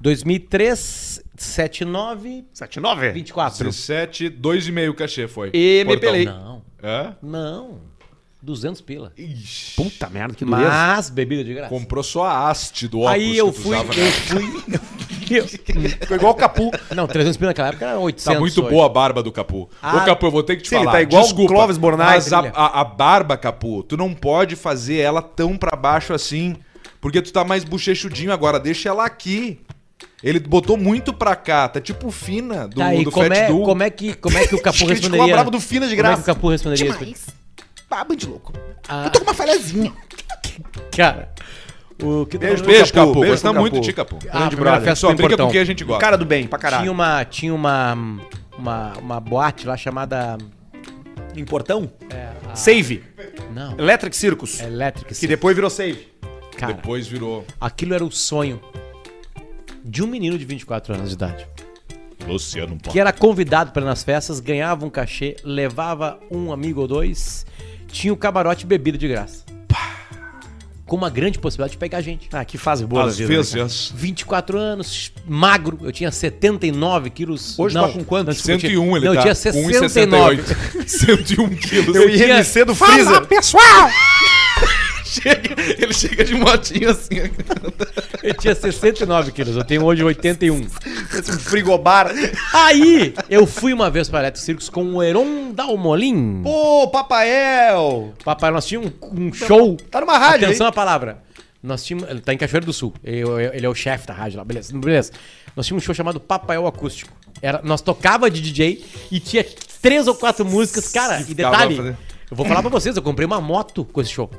2003, 79, 79? 24. 17, 2,5 cachê foi. E me Portão. pelei. Não, Hã? não. 200 pila. Ixi, Puta merda, que dureza. Mas bebida de graça. comprou só a haste do óculos. Aí eu que tu fui, eu usava, né? fui. <laughs> eu- Ficou igual o Capu. Não, 300 mil naquela época era 800. Tá muito hoje. boa a barba do Capu. Ah. Ô, Capu, eu vou ter que te Sim, ele falar. tá igual o Clóvis Bornai, Mas a, trilha. a- a barba, Capu, tu não pode fazer ela tão pra baixo assim. Porque tu tá mais bochechudinho agora. Deixa ela aqui. Ele botou muito pra cá. Tá tipo fina do, Tá, e do como é, Duo. como é que, como é que o Capu Criticou a responderia? braba do Fina de Como é que graça. o Capu responderia isso? Demais. Baba de louco. Ah. Eu tô com uma falhazinha. Cara, Ah, o que Beijo, Beijo, Capu. Beijo, tá Gostamos Capu. muito de ti, Capu. É Ah, a primeira brother. é festa Só foi em brinca Portão. com quem a gente gosta. Cara do bem, pra Tinha caralho. uma, tinha uma, uma, uma boate lá chamada... um Em Portão? Save. Não, Electric Circus. Electric. Que É depois virou Save. Cara, Depois virou aquilo era o sonho de um menino de 24 anos de idade. Luciano Potter. que era convidado para ir nas festas, ganhava um cachê, levava um amigo ou dois, tinha o camarote bebido de graça. Com uma grande possibilidade de pegar gente. Ah, que fase boa Às da vida. né, cara? vezes, 24 anos, magro, eu tinha 79 quilos. Hoje tá com quanto? antes eu tinha- 101 ele não, tá. eu tinha um 69. <laughs> 1,78. 101 quilos. Eu Eu tinha- ia IMC do Freezer. pessoal! Chega- <laughs> ele chega de motinho assim. Eu tinha 69 quilos, eu tenho hoje 81. Um frigobar. Aí, eu fui uma vez para Electric Circus com o Heron Dalmolin. Pô, Papael. Papai, nós tínhamos um, um show. Tá numa rádio, Atenção à palavra. Nós tínhamos. Ele tá em Cachoeiro do Sul. Eu- eu- ele é o chefe da rádio lá, beleza. Beleza. Nós tínhamos um show chamado Papaiol Acústico. Era, nós tocava de DJ e tinha três ou quatro músicas, cara. E ficava detalhe, fazendo- eu vou falar pra vocês, eu comprei uma moto com esse show.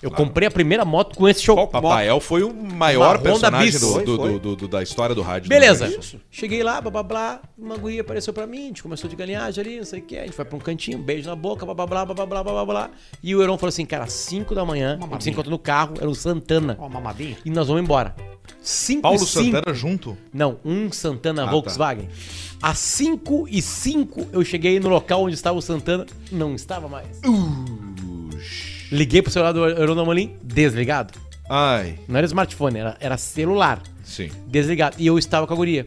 Eu comprei a primeira moto com esse show. Papael foi o maior Uma Honda personagem Bis. do, Foi, do- do- do- do- da história do rádio. Beleza. Não é isso? Cheguei lá, blá blá blá, uma guria apareceu pra mim, a gente começou de galinhagem ali, não sei o que, a gente foi pra um cantinho, um beijo na boca, blá blá blá blá blá blá blá blá, blá. E o Heron falou assim, cara, 5 da manhã, a gente se encontra no carro, era o Santana. Ó, mamadinha. E nós vamos embora. 5 Paulo e 5. Santana junto. Não, um Santana tá. Volkswagen. Às 5 e 5 eu cheguei no local onde estava o Santana, não estava mais. Liguei pro celular do Heron Amolim, desligado. Ai, Não era smartphone, era, era celular sim. desligado. E eu estava com a guria.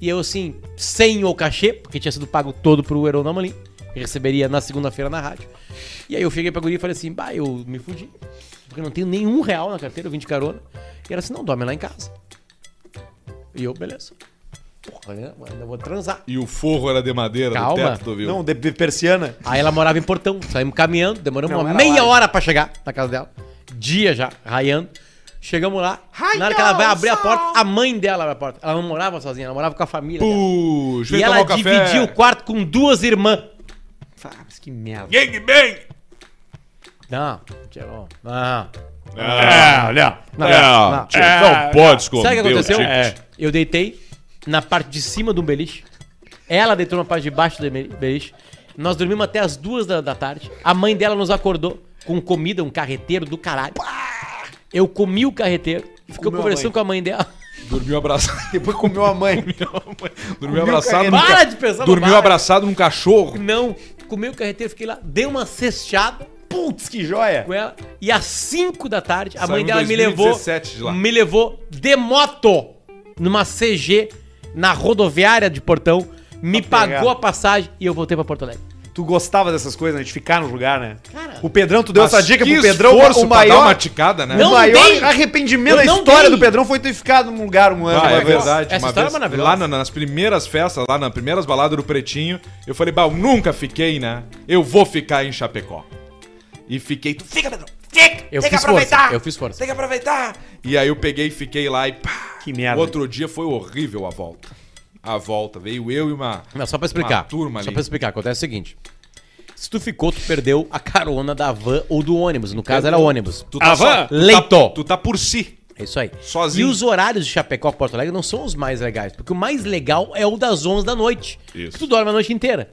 E eu, assim, sem o cachê, porque tinha sido pago todo pro Heron Amorim, receberia na segunda-feira na rádio. E aí eu cheguei pra guria e falei assim, bah, eu me fudi, porque eu não tenho nenhum real na carteira, eu vim de carona. E ela assim, não, dorme lá em casa. E eu, beleza. Porra, né? ainda vou transar. E o forro era de madeira Calma. do teto do avião. Não, de, de persiana. Aí ela morava em Portão, saímos caminhando, demoramos Não, uma era meia lá. hora pra chegar na casa dela. Dia já, raiando. Chegamos lá, na hora que ela vai abrir a porta, a mãe dela abre a porta. Ela não morava sozinha, ela morava com a família. dela. Puxa, E um ela dividia o quarto com duas irmãs. Ah, mas que <laughs> merda. Gang bang! Não, é Tcheron. Não. Ah, olha. Não, ah, tio, não pode esconder Sabe o que aconteceu? ticket. É. Eu deitei na parte de cima do beliche. Ela deitou na parte de baixo do be- beliche. Nós dormimos até as duas da, da tarde. A mãe dela nos acordou com comida, um carreteiro do caralho. Eu comi o carreteiro. Ficou Comeu a conversando mãe. com a mãe dela. <laughs> Dormiu abraçado. <laughs> Depois comeu a mãe. Dormiu abraçado. num Para ca- de pensar Dormiu bobagem. abraçado num cachorro. Não. Comi o carreteiro, fiquei lá. Dei uma cestada. Putz, que joia. com ela. E às 5 da tarde, a Saiu mãe em dela me 2017 de levou. lá. Me levou de moto numa CG na rodoviária de Portão. Me Pra pegar. pagou a passagem e eu voltei pra Porto Alegre. Tu gostava dessas coisas, né? De ficar no lugar, né? Cara. o Pedrão, tu deu Mas essa dica que pro Pedrão. esforço O pra dar maior, uma ticada, né? Não o maior dei. arrependimento Eu da não história dei. do Pedrão foi ter ficado num lugar um ano. Ah, é uma vez. verdade. Essa uma história vez, é maravilhosa. Lá na- nas primeiras festas, lá nas primeiras baladas do Pretinho, eu falei, bah, eu nunca fiquei, né? Eu vou ficar em Chapecó. E fiquei. tu Fica, Pedro! Fica! Eu tem fiz que aproveitar! força, eu fiz força. Tem que aproveitar! E aí eu peguei e fiquei lá e pá! Que merda. Outro dia foi horrível a volta. A volta. Veio eu e uma. Não, só pra explicar. Uma turma só ali. pra explicar, acontece o seguinte. Se tu ficou, tu perdeu a carona da van ou do ônibus. No caso, era ônibus. Tu tá só- tu tá- Leito. Tu tá por si. É isso aí. Sozinho. E os horários de Chapecó a Porto Alegre não são os mais legais, porque o mais legal é o das 11 da noite. Isso. Que tu dorme a noite inteira.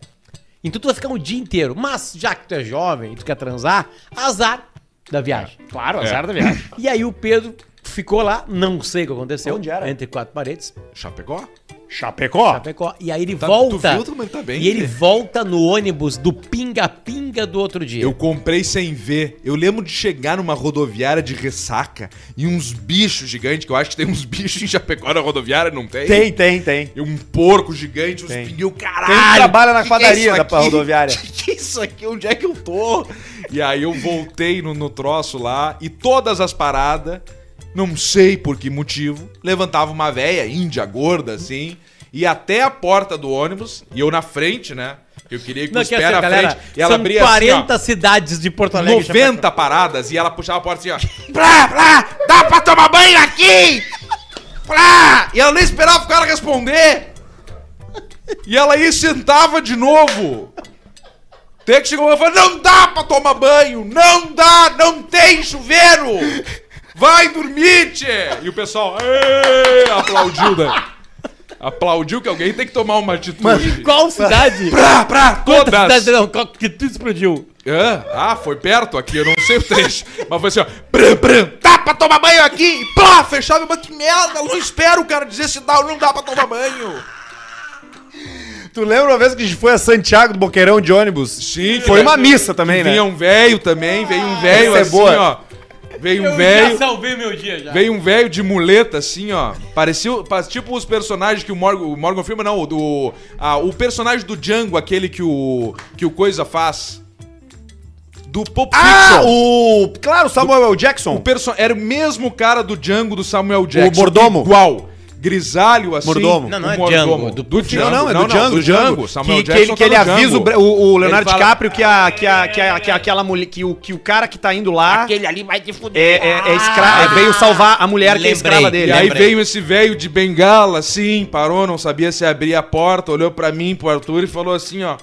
Então tu vai ficar o dia inteiro. Mas já que tu é jovem e tu quer transar, azar da É. viagem. Claro, azar da viagem. E aí o Pedro ficou lá, não sei o que aconteceu. Onde era? Entre quatro paredes, Chapecó? <laughs> Chapecó? Chapecó. E aí ele Tá- volta. tu viu, tu- mas tá bem. E ele volta no ônibus do pinga-pinga do outro dia. Eu comprei sem ver. Eu lembro de chegar numa rodoviária de ressaca e uns bichos gigantes, que eu acho que tem uns <laughs> bichos em Chapecó na rodoviária, não tem? Tem, tem, tem. E um porco gigante, uns Tem. pneus, caralho. Tem que trabalha na que é padaria isso da aqui? <laughs> rodoviária. Que, que é isso aqui? Onde é que eu tô? E aí eu voltei no, no troço lá e todas as paradas, não sei por que motivo, levantava uma véia índia gorda assim, e até a porta do ônibus, e eu na frente, né? Eu queria que Não, os quer pés dizer, na galera, frente. E ela são abria 40 assim, cidades de Porto ó, Alegre. Chapecó. 90 paradas, e ela puxava a porta assim, ó. Pra, pra, dá pra tomar banho aqui! Plá! E ela nem esperava o cara responder. E ela aí sentava de novo. Tem que chegar e falar, não dá pra tomar banho, não dá, não tem chuveiro. Vai dormir, tchê. E o pessoal "Ê", aplaudiu, né? Aplaudiu que alguém tem que tomar uma <laughs> atitude. Qual <laughs> cidade? Pra, pra, Quantas todas. cidades não? Qual que tudo explodiu? Hã? Ah, foi perto aqui, eu não sei o trecho. <laughs> Mas foi assim, ó. Brum, brum, tá pra tomar banho aqui e plá, fechava. Mas que merda, eu não espero o cara dizer sinal, não dá pra tomar banho. Tu lembra uma vez que a gente foi a Santiago do Boqueirão de ônibus? Sim, Foi uma cara. missa também, né? Vinha um velho também, veio um velho Essa é assim, boa. ó. Veio um já velho. salvei meu dia já. Veio um velho de muleta, assim, ó. Parecia, pa- tipo os personagens que o Morgan, o Morgan Freeman, não, o do, ah, o personagem do Django, aquele que o, que o Coisa faz. Do Pop Ah, Fiction. o. Claro, Samuel L. Jackson. O perso- era o mesmo cara do Django do Samuel Jackson. mordomo. Igual. Grisalho, assim. Mordomo. Não, não O é Django, é do- Do, Django. Não, não, é do Django. do Django. Samuel Que, que, Jackson ele, que ele tá no avisa o, Django. Bra- o- o Leonardo Ele fala- DiCaprio que, a, que, a, que, a, que, a, que, a, mulher- que, o, que o cara que tá indo lá Aquele ali vai te fuder. é, é, é escra- é- veio salvar a mulher que Lembrei. é escrava E dele. aí Lembrei. veio esse velho de bengala, assim, parou, não sabia se abrir a porta, olhou pra mim, pro Arthur e falou assim, ó.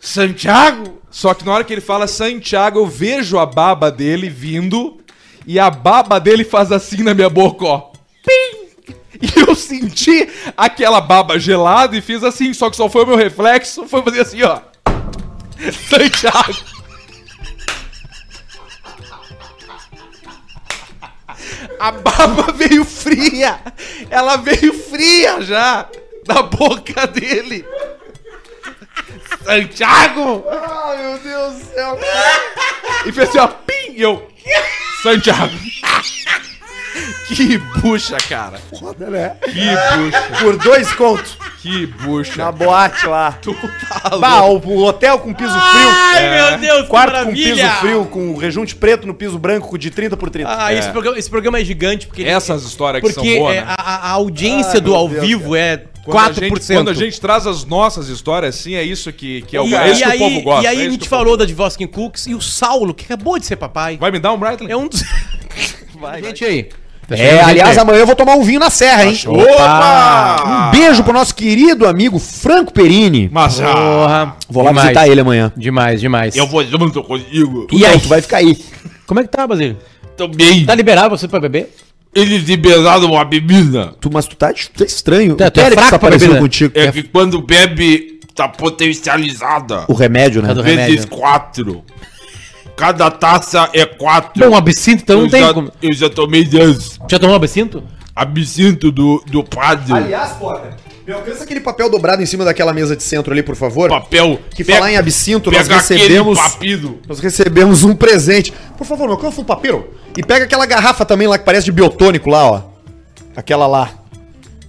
Santiago? Só que na hora que ele fala Santiago, eu vejo a baba dele vindo e a baba dele faz assim na minha boca, ó. Pim! E eu senti aquela baba gelada e fiz assim, só que só foi o meu reflexo, foi fazer assim, ó. <laughs> Santiago. A baba <laughs> veio fria! Ela veio fria já! Da boca dele! Santiago! Ai, meu Deus do céu! E fez assim, ó, pim! E eu. Santiago! Que bucha, cara! Foda, né? Que bucha! Por dois contos. Que bucha! Na boate lá. Tu tá Bah, louco. o, o hotel com piso frio. É, Ai, É. meu Deus, Quarto com piso frio, com rejunte preto no piso branco de 30 por 30. Ah, esse, programa, esse programa é gigante porque... ele- Essas histórias que Porque são boas, é, né? a, a audiência do ao vivo é 4%. Quando a, gente, quando a gente traz as nossas histórias, assim, é isso que, que é o, E, é isso e que aí, o povo gosta. e aí é a isso gente que o povo- falou da Divoskin Cooks e o Saulo, que acabou de ser papai. Vai me dar um Bradley? É um dos. Gente aí. É, aliás, amanhã eu vou tomar um vinho na serra, hein? Opa! Um beijo pro nosso querido amigo Franco Perini. Mas ah, Porra. Vou lá visitar ele amanhã. Demais, demais. Eu vou junto contigo. E aí? Tu vai ficar aí. Como é que tá, Basílio? Também. Tá liberado você pra beber? Eles liberaram uma bebida. Tu, mas tu tá, tu tá estranho. Tá, o tu é Pérez fraco tá pra parecendo beber, né? contigo. É que quando bebe, tá potencializada. O remédio, né? Tá do Vezes remédio. quatro. Cada taça é quatro. Não, um absinto então eu não tem já, como. Eu já tomei dez. Já tomou um absinto? Absinto do, do padre. Aliás, Potter, me alcança aquele papel dobrado em cima daquela mesa de centro ali, por favor. papel. que falar em absinto, nós pega aquele recebemos. papiro. Nós recebemos um presente. Por favor, me alcança um papiro. E pega aquela garrafa também lá que parece de biotônico lá, ó. Aquela lá.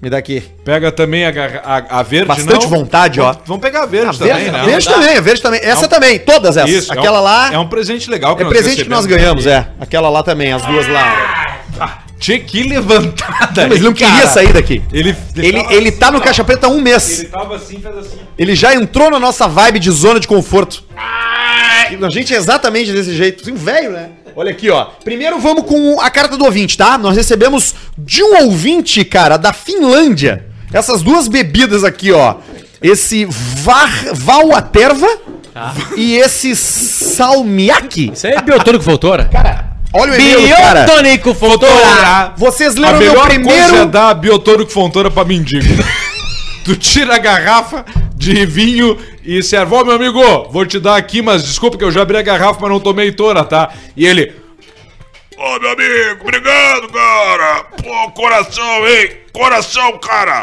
Me dá aqui. Pega também a, garra- a, a verde, Bastante vontade, ó. Vamos pegar a verde também, Verde, né? verde também, é verde também. Essa também, todas essas. Isso, Aquela é um, lá. É um presente legal É presente que nós recebemos. Ah, ganhamos, é. Aquela lá também, as duas lá. Tinha que levantada. É, Mas ele não queria sair daqui. Ele, Ele, ele tá no Caixa Preta há um mês. tava assim, fez assim. Ele já entrou na nossa vibe de zona de conforto. E A gente é exatamente desse jeito. Um velho, né? Olha aqui, ó. Primeiro vamos com a carta do ouvinte, tá? Nós recebemos de um ouvinte, cara, da Finlândia. Essas duas bebidas aqui, ó. Esse var, Valwaterva Tá. e esse Salmiak. Isso aí é biotônico Voltora. Olha o e-mail, cara. Voltora! Vocês A leram meu melhor primeiro... coisa é dar biotônico fontora pra mendigo. tu tira a garrafa de vinho e serve. Ó, meu amigo, vou te dar aqui, mas desculpa que eu já abri a garrafa, mas não tomei toda, tá? E ele... Ô, meu amigo, obrigado, cara. Pô, coração, hein? Coração, cara.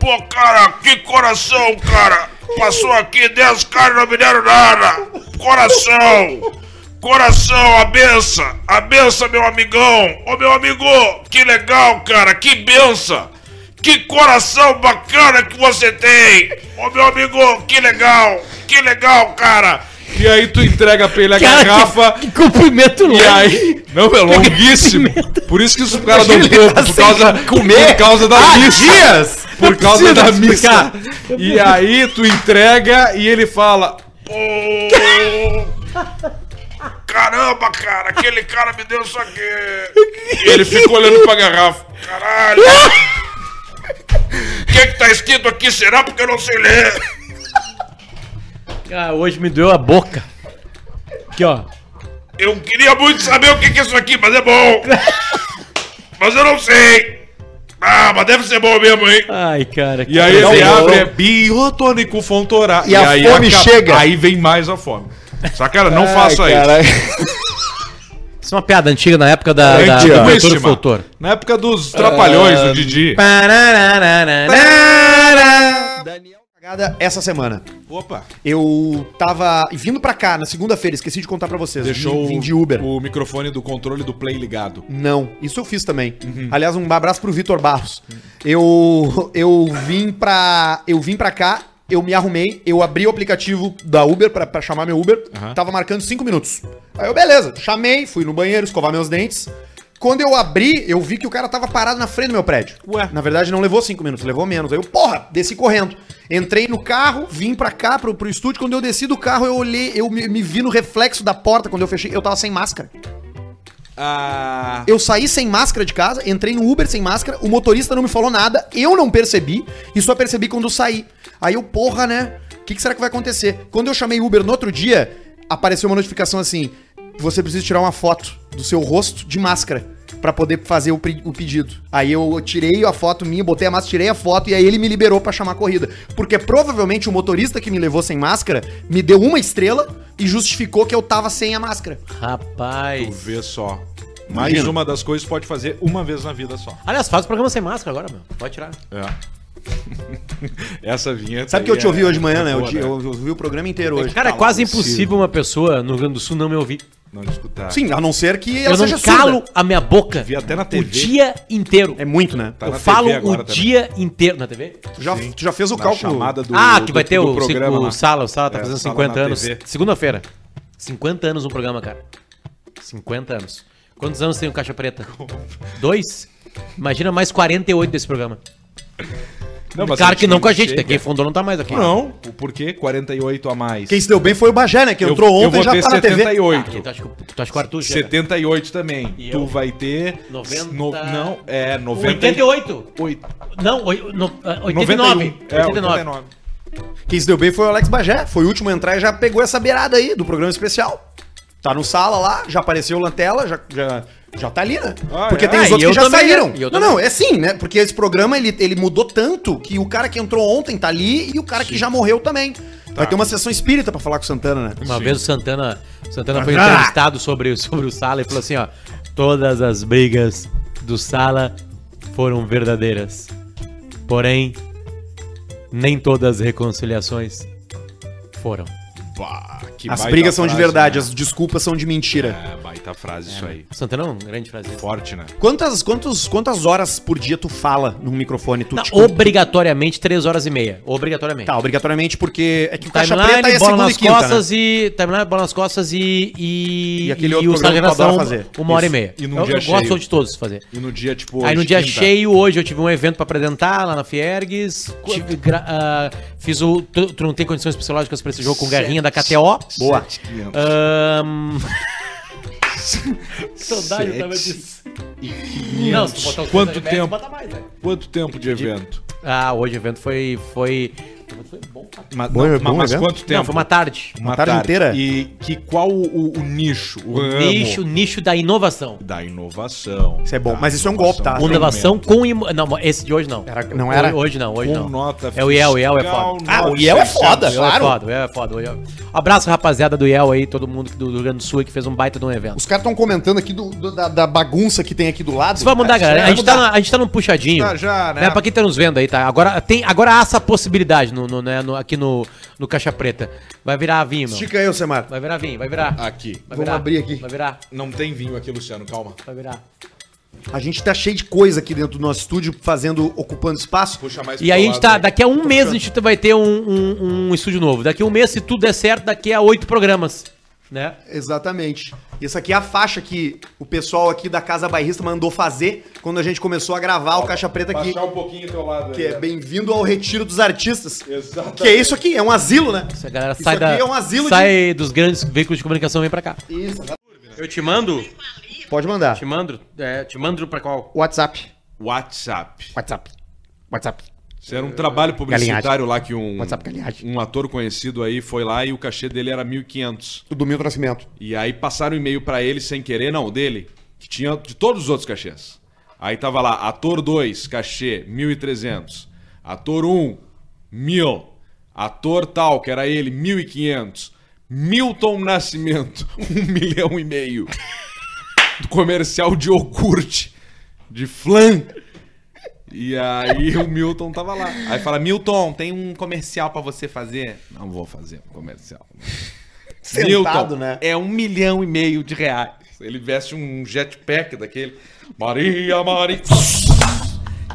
Pô, cara, que coração, cara. Passou aqui 10 caras não me deram nada. Coração. Coração, a benção. A benção, meu amigão. Ô, meu amigo, que legal, cara. Que benção. Que coração bacana que você tem. Ô, meu amigo, que legal. Que legal, cara. E aí tu entrega pra <laughs> ele a Cara, garrafa... que, que cumprimento E longo. aí, não, é longuíssimo. Por isso que isso o cara dá um pouco, tá por causa, por causa Ah, da missa. Por causa da missa. E aí tu entrega e ele fala. Caramba, cara, aquele cara me deu isso aqui. E ele fica olhando pra garrafa. Caralho. O que, que tá escrito aqui? Será porque eu não sei ler? Ah, hoje me doeu a boca. Aqui, ó. Eu queria muito saber o que, que é isso aqui, mas é bom. Mas eu não sei. Mas Ah, mas deve ser bom mesmo, hein? Ai, cara. E aí ele abre, é biotônico Fontorá. E a aí fome acaba- chega. Aí vem mais a fome. Sacana, não faça isso. Isso é uma piada antiga na época da, da, É Antiga, do antiga. Doutor Fultor. Na época dos trapalhões Ah, do Didi. Daniel Cagada essa semana. Opa, Eu tava vindo pra cá na segunda-feira, esqueci de contar pra vocês. deixou Vim- Vim de Uber. o microfone do controle do Play ligado. Não, isso eu fiz também. Uhum. Aliás, um abraço pro Vitor Barros. Eu eu vim pra eu vim para cá, eu me arrumei, eu abri o aplicativo da Uber pra pra chamar meu Uber. Aham. Tava marcando cinco minutos. Aí eu beleza, chamei, fui no banheiro escovar meus dentes. Quando eu abri, eu vi que o cara tava parado na frente do meu prédio. Ué. Na verdade, não levou cinco minutos, levou menos. Aí eu, porra, desci correndo. Entrei no carro, vim pra cá, pro, pro estúdio. Quando eu desci do carro, eu olhei, eu me, me vi no reflexo da porta. Quando eu fechei, eu tava sem máscara. Ah, Eu saí sem máscara de casa, entrei no Uber sem máscara, o motorista não me falou nada, eu não percebi e só percebi quando eu saí. Aí eu, porra, né? O que, que será que vai acontecer? Quando eu chamei Uber no outro dia, apareceu uma notificação assim: você precisa tirar uma foto do seu rosto de máscara pra poder fazer o, pre- o pedido. Aí eu tirei a foto minha, botei a máscara, tirei a foto e aí ele me liberou pra chamar a corrida. Porque provavelmente o motorista que me levou sem máscara me deu uma estrela e justificou que eu tava sem a máscara. tu Rapaz. vê só. Mais uma das coisas que pode fazer uma vez na vida só. Aliás, faz o programa sem máscara agora, meu. Pode tirar. É. <laughs> Essa vinheta. É. Sabe que aí eu te é- ouvi hoje de manhã, né? Eu, boa, te- eu ouvi o programa inteiro hoje. Tá Cara, é tá quase impossível uma pessoa no Rio Grande do Sul não me ouvir. Não escutar. Sim, a não ser que Eu não calo a minha boca Vi até na o TV. dia inteiro. É muito, né? Tá eu na falo TV agora o também. dia inteiro. Na TV? Tu já, tu já fez o Na cálculo. chamada do- ah, que vai do- ter do o, programa o lá. Sala. O Sala tá É, fazendo Sala 50 na anos. TV. Segunda-feira. 50 anos um programa, cara. 50 anos. Quantos anos tem o Caixa Preta? Dois? Imagina mais 48 desse programa. Não, mas claro que não com a gente, chega. né? Quem fundou não tá mais aqui. Não, por que 48 a mais? Quem se deu bem foi o Bagé, né? Que Eu- entrou eu ontem e vou já ter tá na TV. Ah, 78. tu acha que tu acha que o Arthur chega? 78 também. E tu eu? vai ter. 90. no- não, é 90. 88. Oito- Não, oi- no- ah, 91. 89. É, 89. 89. um. Quem se deu bem foi o Alex Bagé. Foi o último a entrar e já pegou essa beirada aí do programa especial. Tá no sala lá, já apareceu Lantela, já, já, já tá ali, né? Ah, Porque é? tem Ah, os e outros eu que já também, saíram. né? E eu Não, também. não, é sim, né? Porque esse programa ele, ele mudou tanto que o cara que entrou ontem tá ali e o cara que já morreu também. Tá. Vai ter uma sessão espírita pra falar com o Santana, né? Uma vez o Santana, o Santana foi entrevistado sobre, o- sobre o Sala e falou assim, ó, todas as brigas do Sala foram verdadeiras. Porém, nem todas as reconciliações foram. Pá, que As baita brigas são de frase, verdade, né? as desculpas são de mentira. É, baita frase isso aí. O Santana é um grande fraseiro. Forte, É. né? Quantas, quantos, quantas horas por dia tu fala num microfone? Tu, Tá, tipo, obrigatoriamente três horas e meia. Obrigatoriamente. Tá, obrigatoriamente, porque é que o Caixa Preta Timeline, é bola segunda e nas quinta, costas e. Timeline, bola nas costas e. E, E aquele outro o programa que eu adoro fazer. Uma hora e meia. e num eu dia eu gosto cheio. de todos fazer. E no dia, tipo. Aí hoje, no dia quinta, cheio, hoje eu tive um evento pra apresentar lá na Fiergues. Tive Tipo- gra- ah, fiz o. Tu, tu não tem condições psicológicas pra esse jogo com o Garrinha da KTO. Boa. <laughs> Ahn. Saudade, eu tava disso. Não, se tu botar os Quanto dois remédios, tempo? bota mais, né? Quanto tempo de evento? Ah, hoje o evento foi. Foi, o evento foi bom pra Mas, Bom, não, é bom mas evento? quanto tempo? Não, foi uma tarde. Uma tarde inteira? E que, qual o, o- o nicho? O, ramo Nicho, nicho da inovação. da inovação. Isso é bom, Da mas isso é um golpe, tá? inovação. Inovação com. imo- Não, esse de hoje não. Era- não era? Hoje não, hoje Com não. nota é o IEL, o IEL é fiscal, foda. nota Ah, o IEL é foda, O IEL claro. é foda, o IEL é foda. o IEL. Abraço, rapaziada do IEL aí, todo mundo do do Rio Grande do Sul aí que fez um baita de um evento. Os caras estão comentando aqui do- do- da, da bagunça que tem aqui do lado. Isso vai mudar, Isso galera. vai A gente, tá, mudar. na- a gente tá num puxadinho. Já, já, né? né? Pra quem tá nos vendo aí, tá? Agora, tem, agora há essa possibilidade no, no- né, no- aqui no, no Caixa Preta. Vai virar vinho, meu. Estica aí, ô Semar. Vai virar vinho, vai virar. Ah, Aqui. Vai vamos virar, abrir aqui. Vai virar, Não tem vinho aqui, Luciano, calma. vai virar. A gente tá cheio de coisa aqui dentro do nosso estúdio, fazendo, ocupando espaço. Puxa mais E aí a gente tá, daqui daqui a um mês a gente vai ter um, um- um estúdio novo. Daqui a um mês, se tudo der certo, daqui a oito programas, né? Exatamente. Isso aqui é a faixa que o pessoal aqui da Casa Bairrista mandou fazer quando a gente começou a gravar o Caixa Preta aqui. Baixar um pouquinho o teu lado Que aí. é bem-vindo ao retiro dos artistas. Exatamente. Que é isso aqui, é um asilo, né? Essa galera Isso sai, aqui da, é um asilo sai dos grandes veículos de comunicação e vem pra cá. de... Isso, exatamente. Eu te mando, Pode mandar. te mando, é, te mando pra qual? WhatsApp. WhatsApp. WhatsApp. WhatsApp. Isso era um trabalho publicitário lá que um, WhatsApp galinhagem. um ator conhecido aí foi lá e o cachê dele era 1.500. Do meu nascimento. E aí passaram um e-mail pra ele sem querer, não, dele, que tinha de todos os outros cachês. Aí tava lá, ator 2, cachê, 1.300. Ator 1, um, 1.000. Ator tal, que era ele, 1.500. Milton Nascimento, <laughs> 1 um milhão e meio. Do comercial de iogurte, de flan. E aí o Milton tava lá. Aí fala, Milton, tem um comercial pra você fazer. Não vou fazer um comercial. <laughs> Sentado, Milton, né? é um milhão e meio de reais. Ele veste um jetpack daquele. Maria, Maria.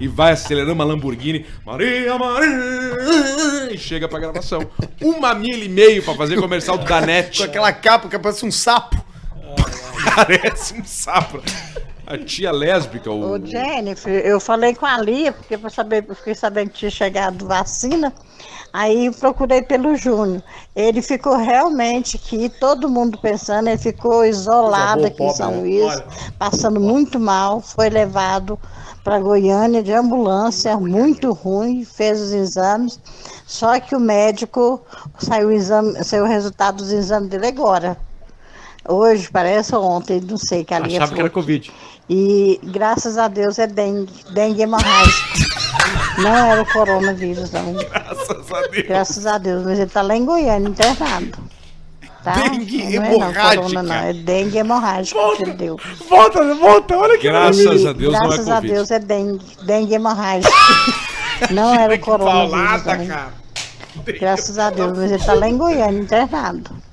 E vai acelerando uma Lamborghini. Maria, Maria. E chega pra gravação. Uma milha e meio pra fazer comercial do Danete. <laughs> Com aquela capa que parece um sapo. Parece um sapo. A tia lésbica. O... Ô, Jennifer, eu falei com a Lia, porque pra saber, eu fiquei sabendo que tinha chegado vacina. Aí eu procurei pelo Júnior. Ele ficou realmente aqui, todo mundo pensando, ele ficou isolado boa, aqui em pobre, São né? Luís, passando muito mal. Foi levado para Goiânia de ambulância, muito ruim, fez os exames. Só que o médico saiu o, exame, saiu o resultado dos exames dele agora. Hoje, parece ou ontem, não sei, que a Lia Achava que falou era Covid. e graças a Deus é dengue, dengue hemorrágica. Não era o coronavírus, não. Graças a Deus. Graças a Deus, mas ele tá lá em Goiânia, internado. Tá? Dengue não É, hemorrágica. não, corona, não. é dengue hemorrágica que ele deu. Volta, volta, olha que. Graças a Deus graças não a é Covid. Deus é dengue, dengue hemorrágica. não era o coronavírus, tá, não. Graças a Deus, mas ele tá lá em Goiânia, internado.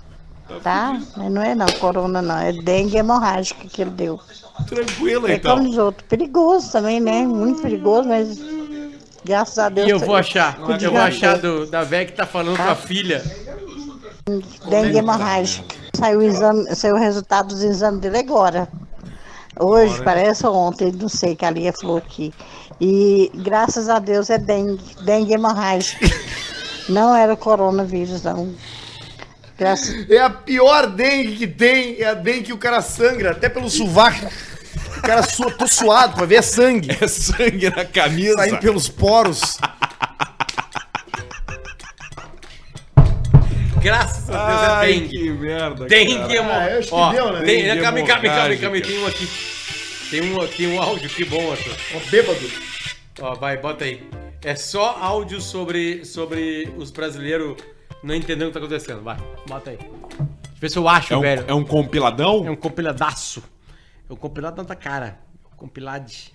Tá? Mas não é não, corona não. É dengue hemorrágica que ele deu. Tranquila, É Então. como os outros. Perigoso também, né? Muito perigoso, mas graças a Deus. E eu vou achar. Não é Eu vou verdade. achar do, da véia que tá falando Ah. com a filha. Dengue hemorrágica. Saiu o, exame, saiu o resultado dos exames dele agora. Hoje, parece ou ontem, não sei, que a Lia falou aqui. E graças a Deus é dengue, dengue hemorrágica. Não era o coronavírus, não. Graças É a pior dengue que tem. É a dengue que o cara sangra, até pelo sovaco. O cara sua, tô suado pra ver <laughs> é sangue. É sangue na camisa. Saindo pelos poros. Graças a Deus é Ai, dengue. que merda. Dengue Ah, eu hemorrágica. acho que deu, né? Tem, Dengue é calma, aí, calma, aí, calma, aí, calma, aí, hemorrágica. tem um aqui. Tem um, tem um áudio, que bom, Arthur. Ó, bêbado. Ó, vai, bota aí. É só áudio sobre, sobre os brasileiros não entendendo o que tá acontecendo. Vai, bota aí. Deixa eu ver se eu acho, É um, velho. é um compiladão? É um compiladaço. É um compilado da tua cara. É um compilade.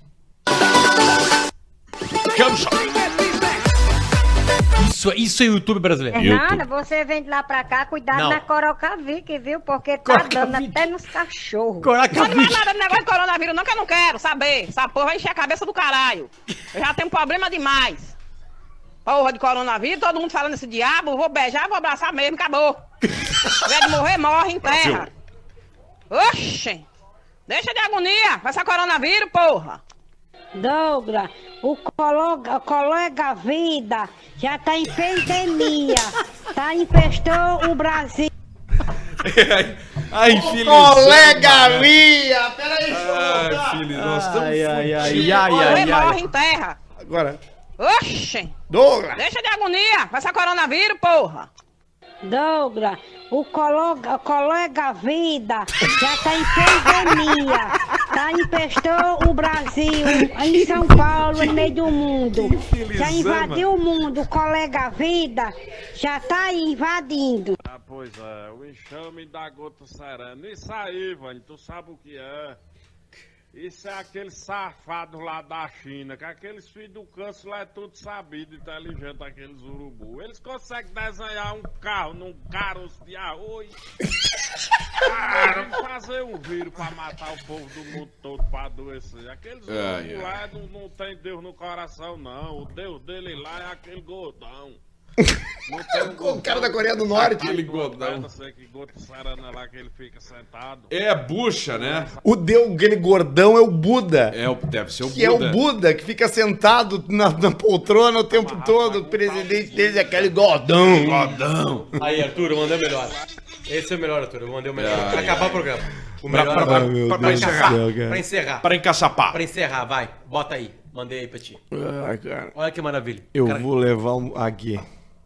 Isso, é- isso é YouTube brasileiro. Fernanda, você vem de lá pra cá, cuidado Não. na Corocavic, viu? Porque tá Corocavic. dando até nos cachorros. Caraca, Não mais bicho. nada de negócio de coronavírus, não, que eu não quero saber. Essa porra vai encher a cabeça do caralho. Eu já tenho problema demais. Porra de coronavírus, todo mundo falando esse diabo, eu vou beijar, vou abraçar mesmo, acabou. Ao invés de morrer, morre em terra. Oxe! Deixa de agonia com essa coronavírus, porra! Douglas, o colega, colega Vida já tá em pandemia. tá infestou o Brasil. Ai, filho. Colega Lia! Peraí, deixa eu Ai, voltar. filho, nós estamos. Ai, ai, né? ai, ai, Morrer, ai, ai. morre em terra. Agora. Oxe! Douglas! Deixa de agonia com essa coronavírus, porra! Douglas, o colega, colega Vida já tá em pandemia. tá infestou o Brasil, em São Paulo, em meio do mundo. Já invadiu o mundo, o colega Vida já tá invadindo. Ah, pois é, o enxame da gota serana. Isso aí, Vani, tu sabe o que é? Isso é aquele safado lá da China, que aqueles filhos do câncer lá é tudo sabido, inteligente, aqueles urubu. Eles conseguem desenhar um carro num caroço de arroz. Cara, fazer um vírus pra matar o povo do mundo todo pra adoecer. Aqueles Ai, urubu lá não, não tem Deus no coração, não. O Deus dele lá é aquele gordão. Não tem um O cara da Coreia do Norte. Norte. Aquele Do gordão. atleta, sei é que goto sarana lá que ele fica sentado. É bucha, né? Ah, O deu, aquele gordão é o Buda. É, o- deve ser o Buda. Que é o Buda, que fica sentado na, na poltrona o tempo todo. O presidente deles é aquele gordão. Gordão. Aí, Arthur, eu mandei o melhor. Esse é o melhor, Arthur. Eu mandei o melhor. Ai, pra acabar o programa. O Pra- melhor pra- pra, pra- é meu pra- pra Deus do encerrar. céu, cara. pra encerrar. Para encaçapar. Pra encerrar, vai. Bota aí. Mandei aí pra ti. Ah, cara. Olha que maravilha. Eu Cara, vou levar um aqui.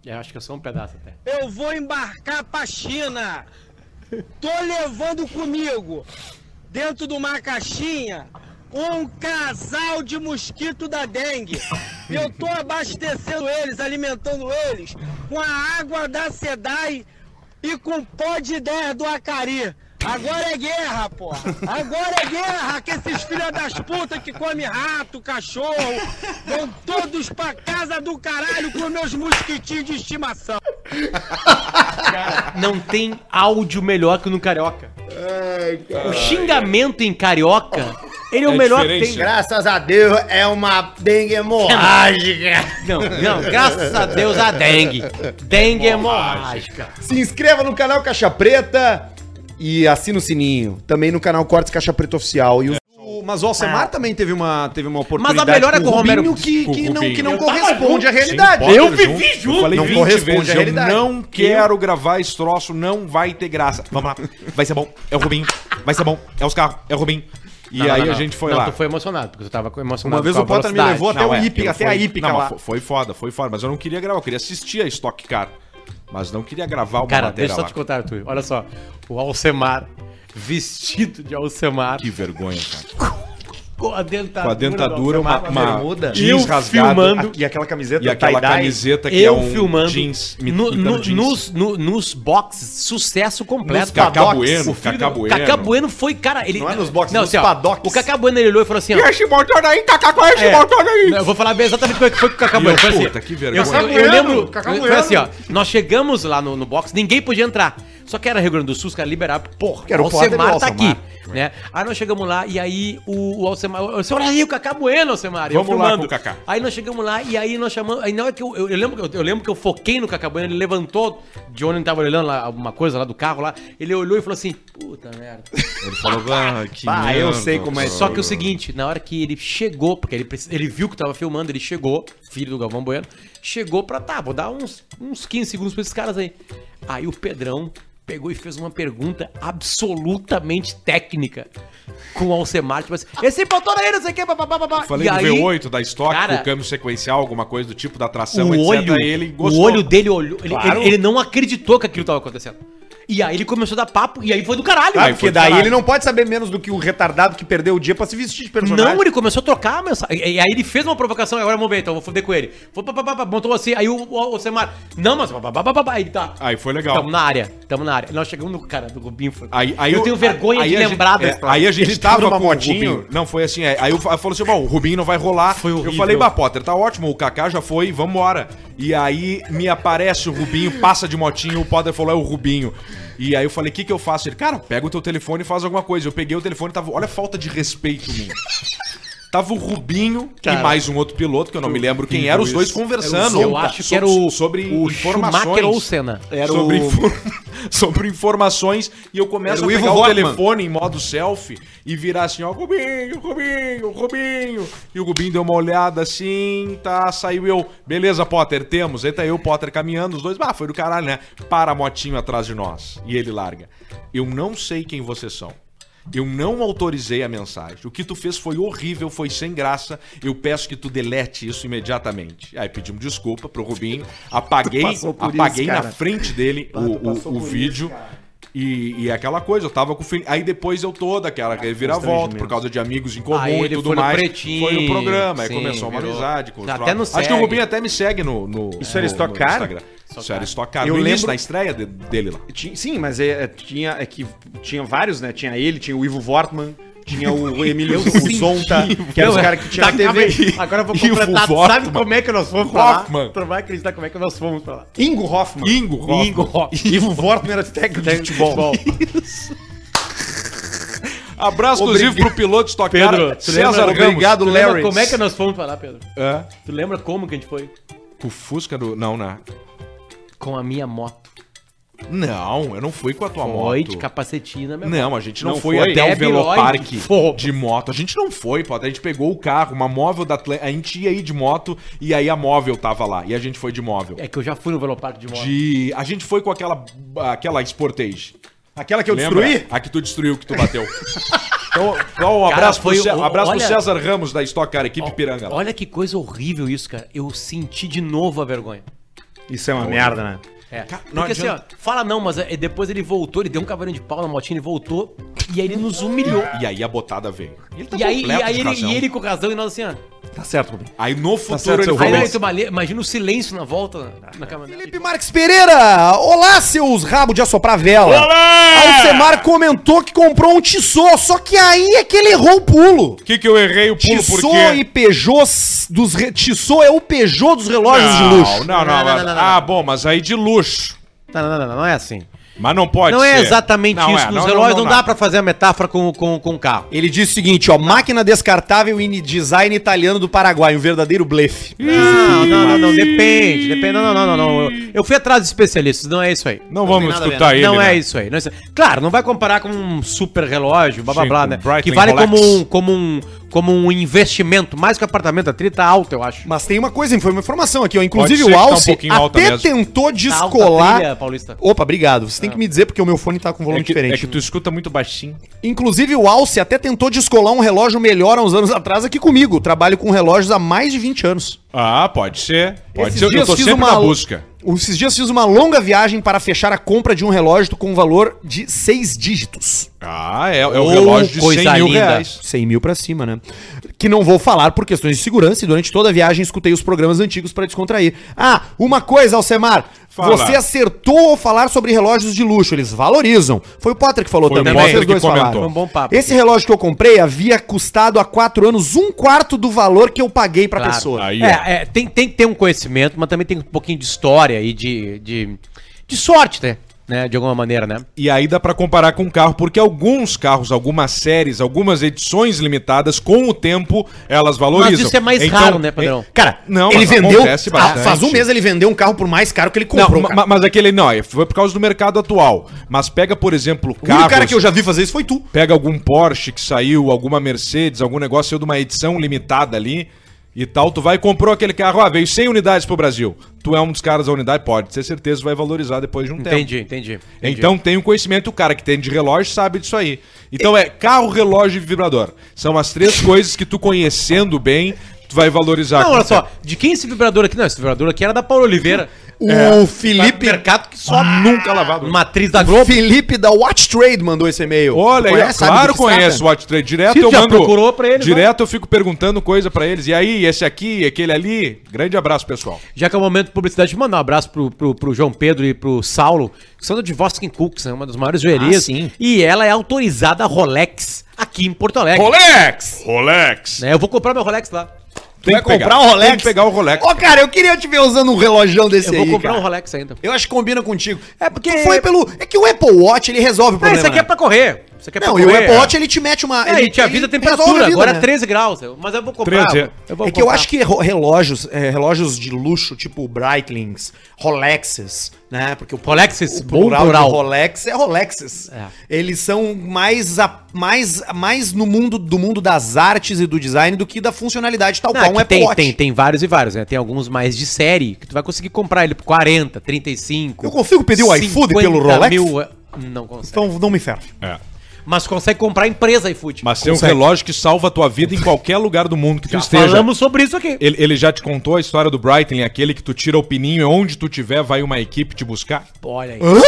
Eu acho que é só um pedaço até. Eu vou embarcar pra China. Tô levando comigo, dentro de uma caixinha, um casal de mosquito da dengue. E eu tô abastecendo eles, alimentando eles com a água da SEDAI e com pó de ideia do Acari. Agora é guerra, porra! Agora é guerra que esses filha das putas que comem rato, cachorro, vão todos pra casa do caralho com meus mosquitinhos de estimação. Não tem áudio melhor que no carioca. o xingamento em carioca, ele é o É melhor diferente, que tem. né? Graças a Deus é uma dengue hemorrágica. Não, não, graças a Deus a dengue. Dengue é hemorrágica. Se inscreva no canal Caixa Preta e assina o sininho. Também no canal Cortes Caixa Preta Oficial. E o... O- Mas o Ah. Alcemar também teve uma, teve uma oportunidade. Mas a melhor é com com o Romero- Rubinho que, com o que não, que não Rubinho. Eu tava corresponde junto. à realidade. Sim, Potter junto. Eu falei não 20 corresponde vezes, à eu realidade. não quero gravar esse troço, não vai ter graça. Vamos lá, vai ser bom, é o Rubinho, vai ser bom, é os carros, é o Rubinho. E Não, não, aí não, a não. gente foi Não, lá. tu foi emocionado, porque tu tava emocionado Uma vez com a o Potter me velocidade. levou até Não, o é, Ípica, eu até fui- a Ípica Não, lá. mas fo- foi foda, foi foda, mas eu não queria gravar, eu queria assistir a Stock Car. Mas não queria gravar uma Cara, matéria deixa eu só lá. te contar, Arthur. Olha só. O Alcemar, vestido de Alcemar. Que vergonha, cara. Com a dentadura. Com a dentadura, do Alcemar, uma- uma bermuda. jeans eu rasgado, filmando. E aquela camiseta E aquela tá tie-dye. camiseta que eu é um filmando jeans, no- no- imitando jeans. Nos, no- nos boxes, sucesso completo. Nos Cacá paddocks. Bueno, O filho Cacá do- Bueno. Cacá Bueno foi, cara. Ele, Não é nos boxes, não, nos assim, ó, paddocks. O Cacá Bueno ele olhou e falou assim: ó. E esse motor aí, Cacá, qual é esse É. motor aí? Não, Eu vou falar bem exatamente como é que foi com o Cacá E Bueno. eu, Foi assim, puta, que vergonha. Eu, eu- eu Cacá lembro. Bueno, Cacá Foi assim, ó. Nós chegamos lá no, no box, ninguém podia entrar. Só que era Rio Grande do Sul, os caras liberaram. Porra, Que era o Potter e Alcemar o tá Alcemar. aqui. Né? Aí nós chegamos lá e aí o, o Alcemar. Eu disse, olha aí o Cacá Bueno, Alcemar. e eu Vamos lá filmando. com o Cacá. Aí nós chegamos lá e aí nós chamamos. Aí na hora que eu, eu, eu lembro, que eu, eu lembro que eu foquei no Cacá Bueno, ele levantou de onde ele tava olhando lá, alguma coisa lá do carro lá. Ele olhou e falou assim: puta merda. Ele falou, ah, que Ah, eu merda, sei como é. cara." Só que o seguinte, na hora que ele chegou, porque ele, precis- ele viu que tava filmando, ele chegou, filho do Galvão Bueno, chegou pra tá, vou dar uns, uns 15 segundos pra esses caras aí. Aí o Pedrão pegou e fez uma pergunta absolutamente técnica com o Alcemar, tipo assim, esse motor aí, não sei o que, papapá, papapá. Falei E do aí, V8 da Stock, cara, com o câmbio sequencial, alguma coisa do tipo, da tração, o olho, aí ele o gostou. olho dele olhou, ele, Claro. ele- ele não acreditou que aquilo tava acontecendo. E aí ele começou a dar papo, e aí foi do caralho. Ah, Aí porque foi do daí caralho. ele não pode saber menos do que o retardado que perdeu o dia pra se vestir de personagem. Não, ele começou a trocar a mensagem. E e aí ele fez uma provocação, agora vamos ver, então vou foder com ele. Foi, pá, pá, pá, pá, montou assim, aí o, o, o Semar. Não, mas. pá, pá, pá, pá, pá", aí ele tá. Aí foi Ah, legal. Tamo na área, tamo na área. Nós chegamos no cara do Rubinho. falei, Aí, aí eu o- tenho vergonha aí de a gente- lembrar é, dessa Aí a gente Ele tava tava com numa o motinho. Rubinho. Não, foi assim. é, Aí eu fa- falou assim: bom, o Rubinho não vai rolar. Foi eu horrível. falei, bah, Potter, tá ótimo, o Kaká já foi, vambora. E aí me aparece o Rubinho, passa de motinho, o Potter falou: é o Rubinho. E aí eu falei, o que que eu faço? Ele, cara, pega o teu telefone e faz alguma coisa. Eu peguei o telefone e tava. Olha a falta de respeito, minha. Tava o Rubinho Cara, e mais um outro piloto, que eu não me lembro quem era, os dois conversando. Eu acho que era o, sobre o Schumacher informações. ou o Senna. sobre, infor- <laughs> sobre informações e eu começo Era o a pegar Ivo o Wortmann. telefone em modo selfie e virar assim, ó, Rubinho, Rubinho, Rubinho. E o Rubinho deu uma olhada assim, tá, saiu eu. Beleza, Potter, temos. Aí tá eu, Potter caminhando, os dois, ah, foi do caralho, né? Para a motinho atrás de nós. E ele larga. Eu não sei quem vocês são. Eu não autorizei a mensagem. O que tu fez foi horrível, foi sem graça. Eu peço que tu delete isso imediatamente. Aí pedimos desculpa <laughs> pro Rubinho. Apaguei, passou por isso, apaguei na cara. frente dele o, o- o vídeo. E, e aquela coisa, eu tava com o filho. Aí depois eu toda aquela reviravolta por causa de amigos em Aí comum e ele tudo foi no mais. Pretinho, foi o programa, aí sim, começou uma virou. amizade. com o Até Troca. no Acho que o segue. Rubinho até me segue no. no Isso era no- Stock no Car? Instagram. Isso era Stock Car. Eu No início lembro- da estreia de- dele lá. Ti- Sim, mas é, é, tinha, é que tinha vários, né? Tinha ele, tinha o Ivo Vortman, tinha o Emílio <laughs> Zonta, que era os caras que tinham na TV. tá, Agora eu <laughs> vou Ivo completar. Tu sabe Wortmann. como é que nós fomos pra lá? Hoffman. Tu não vai acreditar como é que nós fomos pra lá. Ingo Hoffman. Ingo Hoffman. Ingo Hoffman. Ivo Vortman era técnico de futebol. Abraço, inclusive, pro piloto Stock Car, Pedro, tu César lembra- Ramos. Obrigado, Tu lembra Larry. como é que nós fomos pra lá, Pedro? É. Tu lembra como que a gente foi? Com o Fusca do. Não, né? Com a minha moto. Não, eu não fui com a tua Foi moto. Né? de capacetina, meu Não, a gente não, Não foi, foi? até o Debi Veloparque Lloyd, porra. de moto. A gente não foi, pô. A gente pegou o carro, uma móvel da Atlântica. A gente ia ir de moto e aí a móvel tava lá. E a gente foi de móvel. É que eu já fui no Veloparque de moto. De. A gente foi com aquela. aquela Sportage. Aquela que eu Lembra? destruí? A que tu destruiu, que tu bateu. então, então, um abraço, foi pro, Cé- o- abraço pro olha- César Ramos da Stock Car, equipe Ó, Piranga. lá. Olha que coisa horrível isso, cara. Eu senti de novo a vergonha. Isso é uma merda, né? É. não Porque assim, ó, fala não, mas é, depois ele voltou, ele deu um cavalinho de pau na motinha, ele voltou, e aí ele nos humilhou. E aí a botada veio. Ele tá e aí, e completo aí de ele, razão. e ele com razão, e nós assim, ó. Tá certo, Rubinho. Aí no futuro certo, ele seu Aí, falou... assim, aí, tu male- imagina o silêncio na volta né, Tá. na caminhonete. Felipe Marques Pereira! Olá, seus rabo de assoprar vela! Olá! Alcemar comentou que comprou um Tissot, só que aí é que ele errou o pulo. O que que eu errei o pulo por Tissot e quê? Peugeot s- dos... Re... Tissot é o Peugeot dos relógios de Não, luxo. Não, não, não, não, mas- não, não, Ah, bom, mas aí de luxo. Não, não, não, não, não é assim. Mas não pode não é ser. exatamente Não isso. é, Nos relógios não, dá dá. pra fazer a metáfora com, com, com o carro. Ele diz o seguinte, ó, máquina descartável e design italiano do Paraguai, um verdadeiro blefe. Não, não, não, não, depende, depende. Não, não, não, não, não. Eu, eu fui atrás dos especialistas, não é isso aí. Não vamos nada a ver, escutar ele. não né? é isso aí. não é isso aí. Claro, não vai comparar com um super relógio, blá blá Sim, blá, com né? Breitling Que vale Rolex. como um, como, um, como um investimento, mais que o apartamento a 30 alto, eu acho. Mas tem uma coisa, foi uma informação aqui, ó. Inclusive ser que o tá um Alce pouquinho alta até mesmo. tentou Tá alta descolar. trilha, É. Paulista. Opa, obrigado. Você tem que me dizer porque o meu fone tá com volume É que, diferente. é que tu escuta muito baixinho. Inclusive, o Alce até tentou descolar um relógio melhor há uns anos atrás aqui comigo. Trabalho com relógios há mais de 20 anos. Ah, pode ser. Pode Esses ser. Eu dias tô fiz sempre uma- na busca. Esses dias fiz uma longa viagem para fechar a compra de um relógio com um valor de seis dígitos. Ah, é, é o Ô, relógio de 100 coisa mil linda. reais. 100 mil pra cima, né? Que não vou falar por questões de segurança e durante toda a viagem escutei os programas antigos para descontrair. Ah, uma coisa, Alcemar. Fala. Você acertou ao falar sobre relógios de luxo. Eles valorizam. Foi o Potter que falou Foi o também. Potter Vocês que dois comentou. falaram. Foi um bom papo. Esse relógio que eu comprei havia custado há quatro anos um quarto do valor que eu paguei pra Claro. pessoa. Aí, ó. É, é, tem, tem que ter um conhecimento, mas também tem um pouquinho de história e de, de, de sorte, né? né? De alguma maneira, né? E aí dá pra comparar com o carro, porque alguns carros, algumas séries, algumas edições limitadas, com o tempo, elas valorizam. Mas isso é mais Então, raro, né, Padrão? Cara, Não, ele mas vendeu. acontece bastante. Ah, faz um mês ele vendeu um carro por mais caro que ele Não, comprou. ma- cara. ma- mas aquele não, é- foi por causa do mercado atual. Mas pega, por exemplo, o único carros, cara que eu já vi fazer isso foi tu. pega algum Porsche que saiu, alguma Mercedes, algum negócio saiu de uma edição limitada ali e tal, tu vai e comprou aquele carro, ah, veio 100 unidades pro Brasil. Tu é um dos caras da unidade, pode ter certeza vai valorizar depois de um Então. tempo. Entendi, entendi, entendi. Então tem o conhecimento, o cara que tem de relógio sabe disso aí. Então é carro, relógio e vibrador. São as três coisas que tu conhecendo bem, tu vai valorizar. Não, olha só, de quem é esse vibrador aqui? Não, esse vibrador aqui era da Paula Oliveira. O é. Felipe. Ah, Mercado que só Nunca lavado. né? matriz da O Globo. Felipe da Watch Trade mandou esse e-mail. Olha, Tu aí, conhece? Sabe claro do que se trata? conheço o Watch Trade. Direto Se eu já mando. procurou pra eles, direto eu fico perguntando coisa pra eles. E aí, esse aqui, aquele ali. Grande abraço, pessoal. Já que é o momento de publicidade, mandar um abraço pro, pro, pro João Pedro e pro Saulo, que são da Divoskin Cooks, né, uma das maiores joalherias. Ah, sim. E ela é autorizada Rolex aqui em Porto Alegre. Rolex! Rolex. Né, eu vou comprar meu Rolex lá. Tem vai comprar um Rolex? Tem que pegar o Rolex. Ô, cara, eu queria te ver usando um relógio desse Eu vou aí, comprar cara. um Rolex ainda. Eu acho que combina contigo. É porque foi pelo. É que o Apple Watch ele resolve o Não, problema. isso aqui é né? pra correr. Isso aqui é pra Não, e correr. o Apple Watch ele te mete uma. É, ele te avisa a temperatura, agora é 13 graus. eu- Mas eu vou comprar. 13, vou- vou né? É que eu comprar. acho que ro- relógios, é, relógios de luxo, tipo Breitlings, Rolexes, né? Porque o Rolexes, o plural, bom plural. de Rolex é Rolexes. É. Eles são mais, a- mais, mais no mundo do mundo das artes e do design do que da funcionalidade tal Não, qual é um que Apple tem, Watch. tem, tem vários e vários, né? Tem alguns mais de série, que tu vai conseguir comprar ele por 40, 35. Eu consigo pedir o iFood pelo 50 Rolex? mil, é, não consegue. Então não me ferve. É. Mas consegue comprar a empresa iFood. Mas tem um Consegue. relógio que salva a tua vida em qualquer lugar do mundo que tu Já esteja. falamos sobre isso aqui. Ele, ele já te contou a história do Brighton, aquele que tu tira o pininho e onde tu tiver vai uma equipe te buscar? Olha aí. Hã?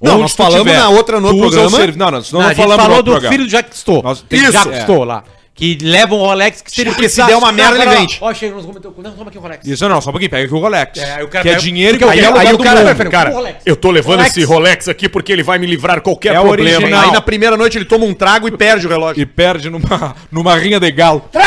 Não, Onde nós tu falamos tiver. na outra no Tu outro usa o programa. servi- Não, não, Não, senão não, a gente falamos no falou outro do programa. filho do Jack Stowe. Nós- tem Jack Jack Stowe lá. Que leva um Rolex que se ele Porque se der uma merda, ele vende. Ó, chega, nós vamos meter o cu. Não, toma aqui o Rolex. Isso não, só um pouquinho, pega aqui o Rolex. É, aí o cara que é pega- dinheiro que Porque qualquer aí- lugar aí o do cara mundo. vai ficar- Cara, Rolex. eu tô levando Rolex. esse Rolex aqui porque ele vai me livrar qualquer É problema. original. Aí na primeira noite ele toma um trago e perde o relógio. E perde numa, numa rinha de galo. Tá.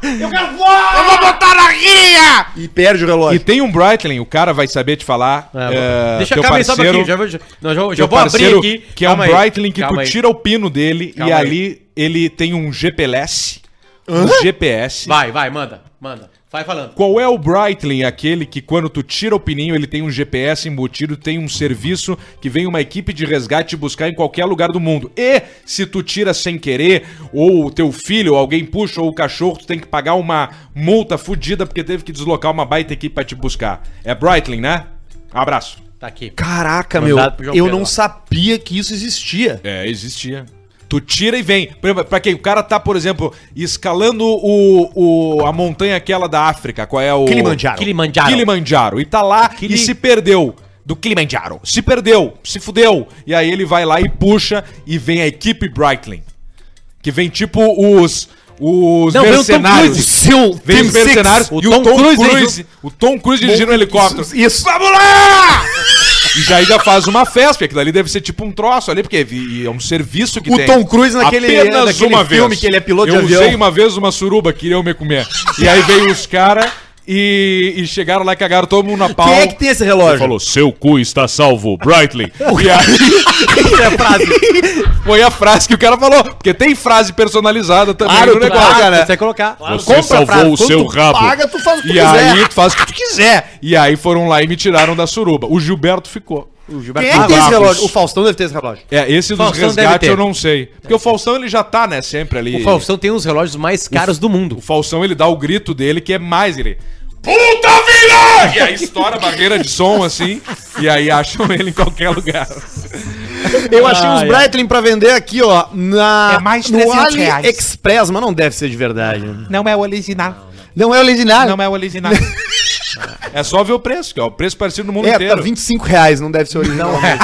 Eu vou botar na guia! E perde o E relógio. tem um Breitling, o cara vai saber te falar. É, eh, Deixa teu a cabeça parceiro- aqui. Já, vou- já, não, já, já teu vou abrir parceiro, aqui. Que é um Calma aí. Breitling que Calma tu aí. tira o pino dele e Calma aí. ali ele tem um GPLS. Um GPS. Vai, vai, manda. Manda. Vai falando. Qual é o Breitling, aquele que quando tu tira o pininho, ele tem um GPS embutido, tem um serviço que vem uma equipe de resgate te buscar em qualquer lugar do mundo. E se tu tira sem querer, ou o teu filho, ou alguém puxa, ou o cachorro, tu tem que pagar uma multa fudida porque teve que deslocar uma baita equipe pra te buscar. É Breitling, né? Abraço. Tá aqui. Caraca, Mandado pro João Pedro lá. sabia que isso existia. É, existia. Tu tira e vem. Por exemplo, Pra quem? O cara tá, por exemplo, escalando o, o- a montanha aquela da África. Qual é o. Kilimanjaro. Kilimanjaro. Kilimanjaro. E tá lá Kili- e se perdeu. Do Kilimanjaro. Se perdeu, se fudeu. E aí ele vai lá e puxa e vem a equipe Brightling. Que vem tipo os. Os Não, vem o Tom mercenários. Cruise. Seu Vem os mercenários. O e Tom o Tom Cruise, Cruise. hein, o Tom Cruise dirigindo um helicóptero. Isso. Vamos lá! E já já faz uma festa, porque aquilo ali deve ser tipo um troço ali, porque vi- é um serviço que O tem. Tom Cruise naquele- Apenas naquele uma filme vez. que ele é piloto de Eu avião. usei um uma vez uma suruba, queriam me comer. E aí veio os caras e, e chegaram lá e cagaram todo mundo na pau. Quem é que tem esse Ele relógio? falou, seu cu está salvo, <laughs> Brightly. E aí <laughs> é foi a frase que o cara falou, porque tem frase personalizada também Claro, no tu negócio. paga, né? Você colocar. Você salvou o seu rabo. Paga, tu faz o que tu E aí tu faz o que tu quiser. E aí foram lá e me tiraram da suruba. O Gilberto ficou. Quem é que tem esse relógio? O Faustão deve ter esse relógio. É, esse dos Faustão deve resgates ter. eu não sei. Porque o Faustão ele já tá, né, sempre ali. O Faustão tem um dos relógios mais caros do mundo. O Faustão ele dá o grito dele que é mais ele. Puta vida! E aí estoura a barreira de som assim. E aí acham ele em qualquer lugar. Eu achei uns Breitling pra vender aqui, ó, na, É mais no 300 reais. AliExpress, mas não deve ser de verdade. Não é o original. Não é original. é o original. É só ver o preço, que é o preço parecido no mundo é, tá inteiro. 25 reais, não deve ser original. Não é.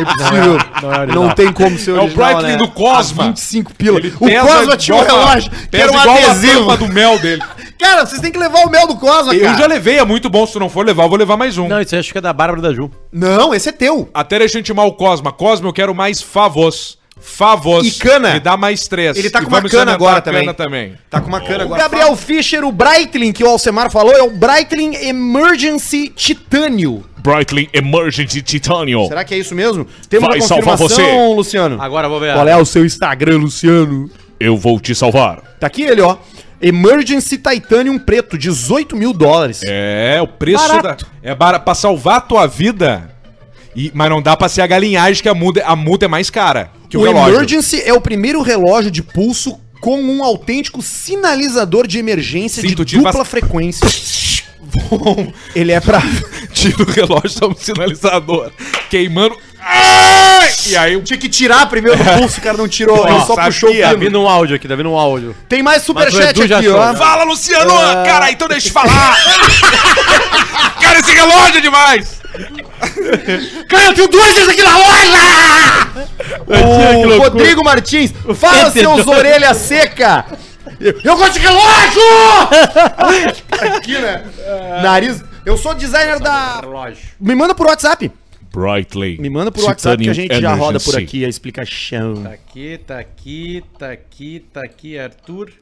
impossível. Não, tem como ser É o original, Breitling né? do Cosma. A 25 pila. Ele O pesa Cosma tinha um igual a- relógio que pesa era um igual a adesivo. tampa do mel <laughs> dele. Cara, vocês têm que levar o mel do Cosma, Eu cara. já levei, é muito bom. Se tu não for levar, eu vou levar mais um. Não, isso aí acho que é da Bárbara da Ju. Não, esse é teu. Até deixa eu intimar o Cosma. Cosma, eu quero mais favos. Favos. E cana? Me dá mais três. Ele tá E com uma vamos cana experimentar agora a também. também. Tá com uma cana agora. Gabriel Fischer, o Breitling, que o Alcemar falou, é o Breitling Emergency Titânio. Brightly Emergency Titanium. Será que é isso mesmo? Temos Vai uma salvar confirmação, você. Luciano. Agora vou ver. Qual é o seu Instagram, Luciano? Eu vou te salvar. Tá aqui ele, ó. Emergency Titanium Preto, 18 mil dólares. É, o preço Barato. da. É bara... pra salvar a tua vida. E... Mas não dá pra ser a galinhagem que a muda, a muda é mais cara que o, o relógio. Emergency é o primeiro relógio de pulso com um autêntico sinalizador de emergência Sim, tu de te dupla faz- frequência. ele é pra... <laughs> Tira o relógio, só um sinalizador. Queimando. Ai! E aí o Tinha que tirar primeiro do pulso, o cara não tirou. Ó, ele só sabia, puxou o Tá pino. vindo um áudio aqui, tá vindo um áudio. Tem mais Mas o Edu superchat já aqui, ó. achou, né? Fala, Luciano! Ah. Cara, então deixa eu te falar! <laughs> cara, esse relógio é demais! Cara, eu tenho duas vezes aqui na loja! O Rodrigo Martins, fala seus orelhas seca! Eu, eu é gosto de relógio! aqui, né? Nariz. Eu sou designer da. Me manda por WhatsApp. Brightly. Me manda por WhatsApp que a gente já roda por aqui a explicação. Tá aqui, tá aqui, tá aqui, tá aqui, Arthur.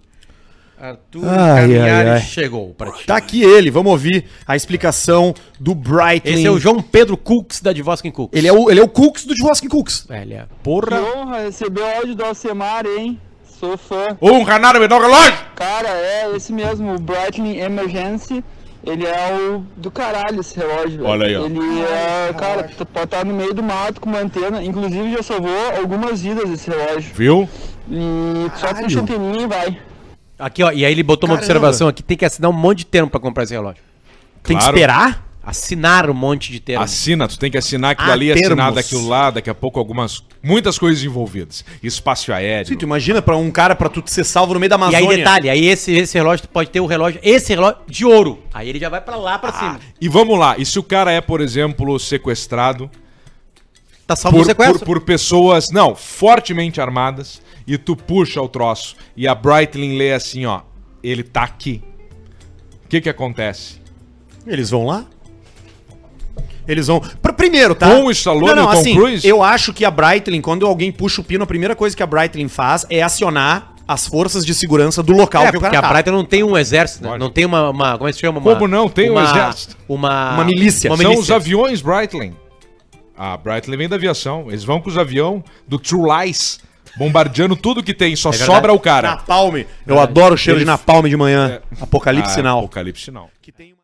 Arthur Ai, Caminhares ai, ai. chegou pra ti. Tá aqui ele, vamos ouvir a explicação do Brightling. Esse é o João Pedro Cooks da Divoskin Cooks. Ele é o, ele é o Cooks do Joskin Cooks. É, ele é. Porra. honra receber o áudio do Alcemar, hein? Sou fã. Um canário me dá um relógio! Cara, é esse mesmo, o Brightling Emergency. Ele é o do caralho esse relógio. velho. Olha aí, ó. Ele é, cara, tu pode estar no meio do mato com uma antena. Inclusive já salvou algumas vidas esse relógio. Viu? E só puxa a anteninha e vai. Aqui, ó. E aí ele botou uma observação aqui. Tem que assinar um monte de termo pra comprar esse relógio. Tem que Claro. esperar? Assinar um monte de termo. Assina, tu tem que assinar aquilo Ah, ali, assinar termos. daquilo lá, daqui a pouco algumas, muitas coisas envolvidas. Espaço aéreo. Sim, tu imagina pra um cara pra tu ser salvo no meio da E Amazônia. aí, detalhe, aí esse, esse relógio, tu pode ter o relógio, esse relógio de ouro. Aí ele já vai pra lá, pra cima. E vamos lá, e se o cara é, por exemplo, sequestrado Tá salvo por, o sequestro. por- por pessoas, não, fortemente armadas, e tu puxa o troço, e a Brightling lê assim, ó, ele tá aqui. O que que acontece? Eles vão lá? Eles vão. Pr- primeiro, tá? Com o Stallone não, não, e o Tom assim, Cruise? Eu acho que a Breitling, quando alguém puxa o pino, a primeira coisa que a Breitling faz é acionar as forças de segurança do local É, que o porque cara a tá. Brighton não tem um exército, né? Lógico. não tem uma, uma- como é que se chama? Uma, Como não? Tem um uma, exército. Uma, Uma milícia. Uma São os milícia. aviões Brightling. A Brightling vem da aviação. Eles vão com os aviões do True Lies, bombardeando tudo que tem, só É verdade. sobra o cara. É. Napalm. Eu adoro o cheiro de napalm de manhã. Apocalipse Ah, Sinal. Apocalipse Sinal. Que tem uma-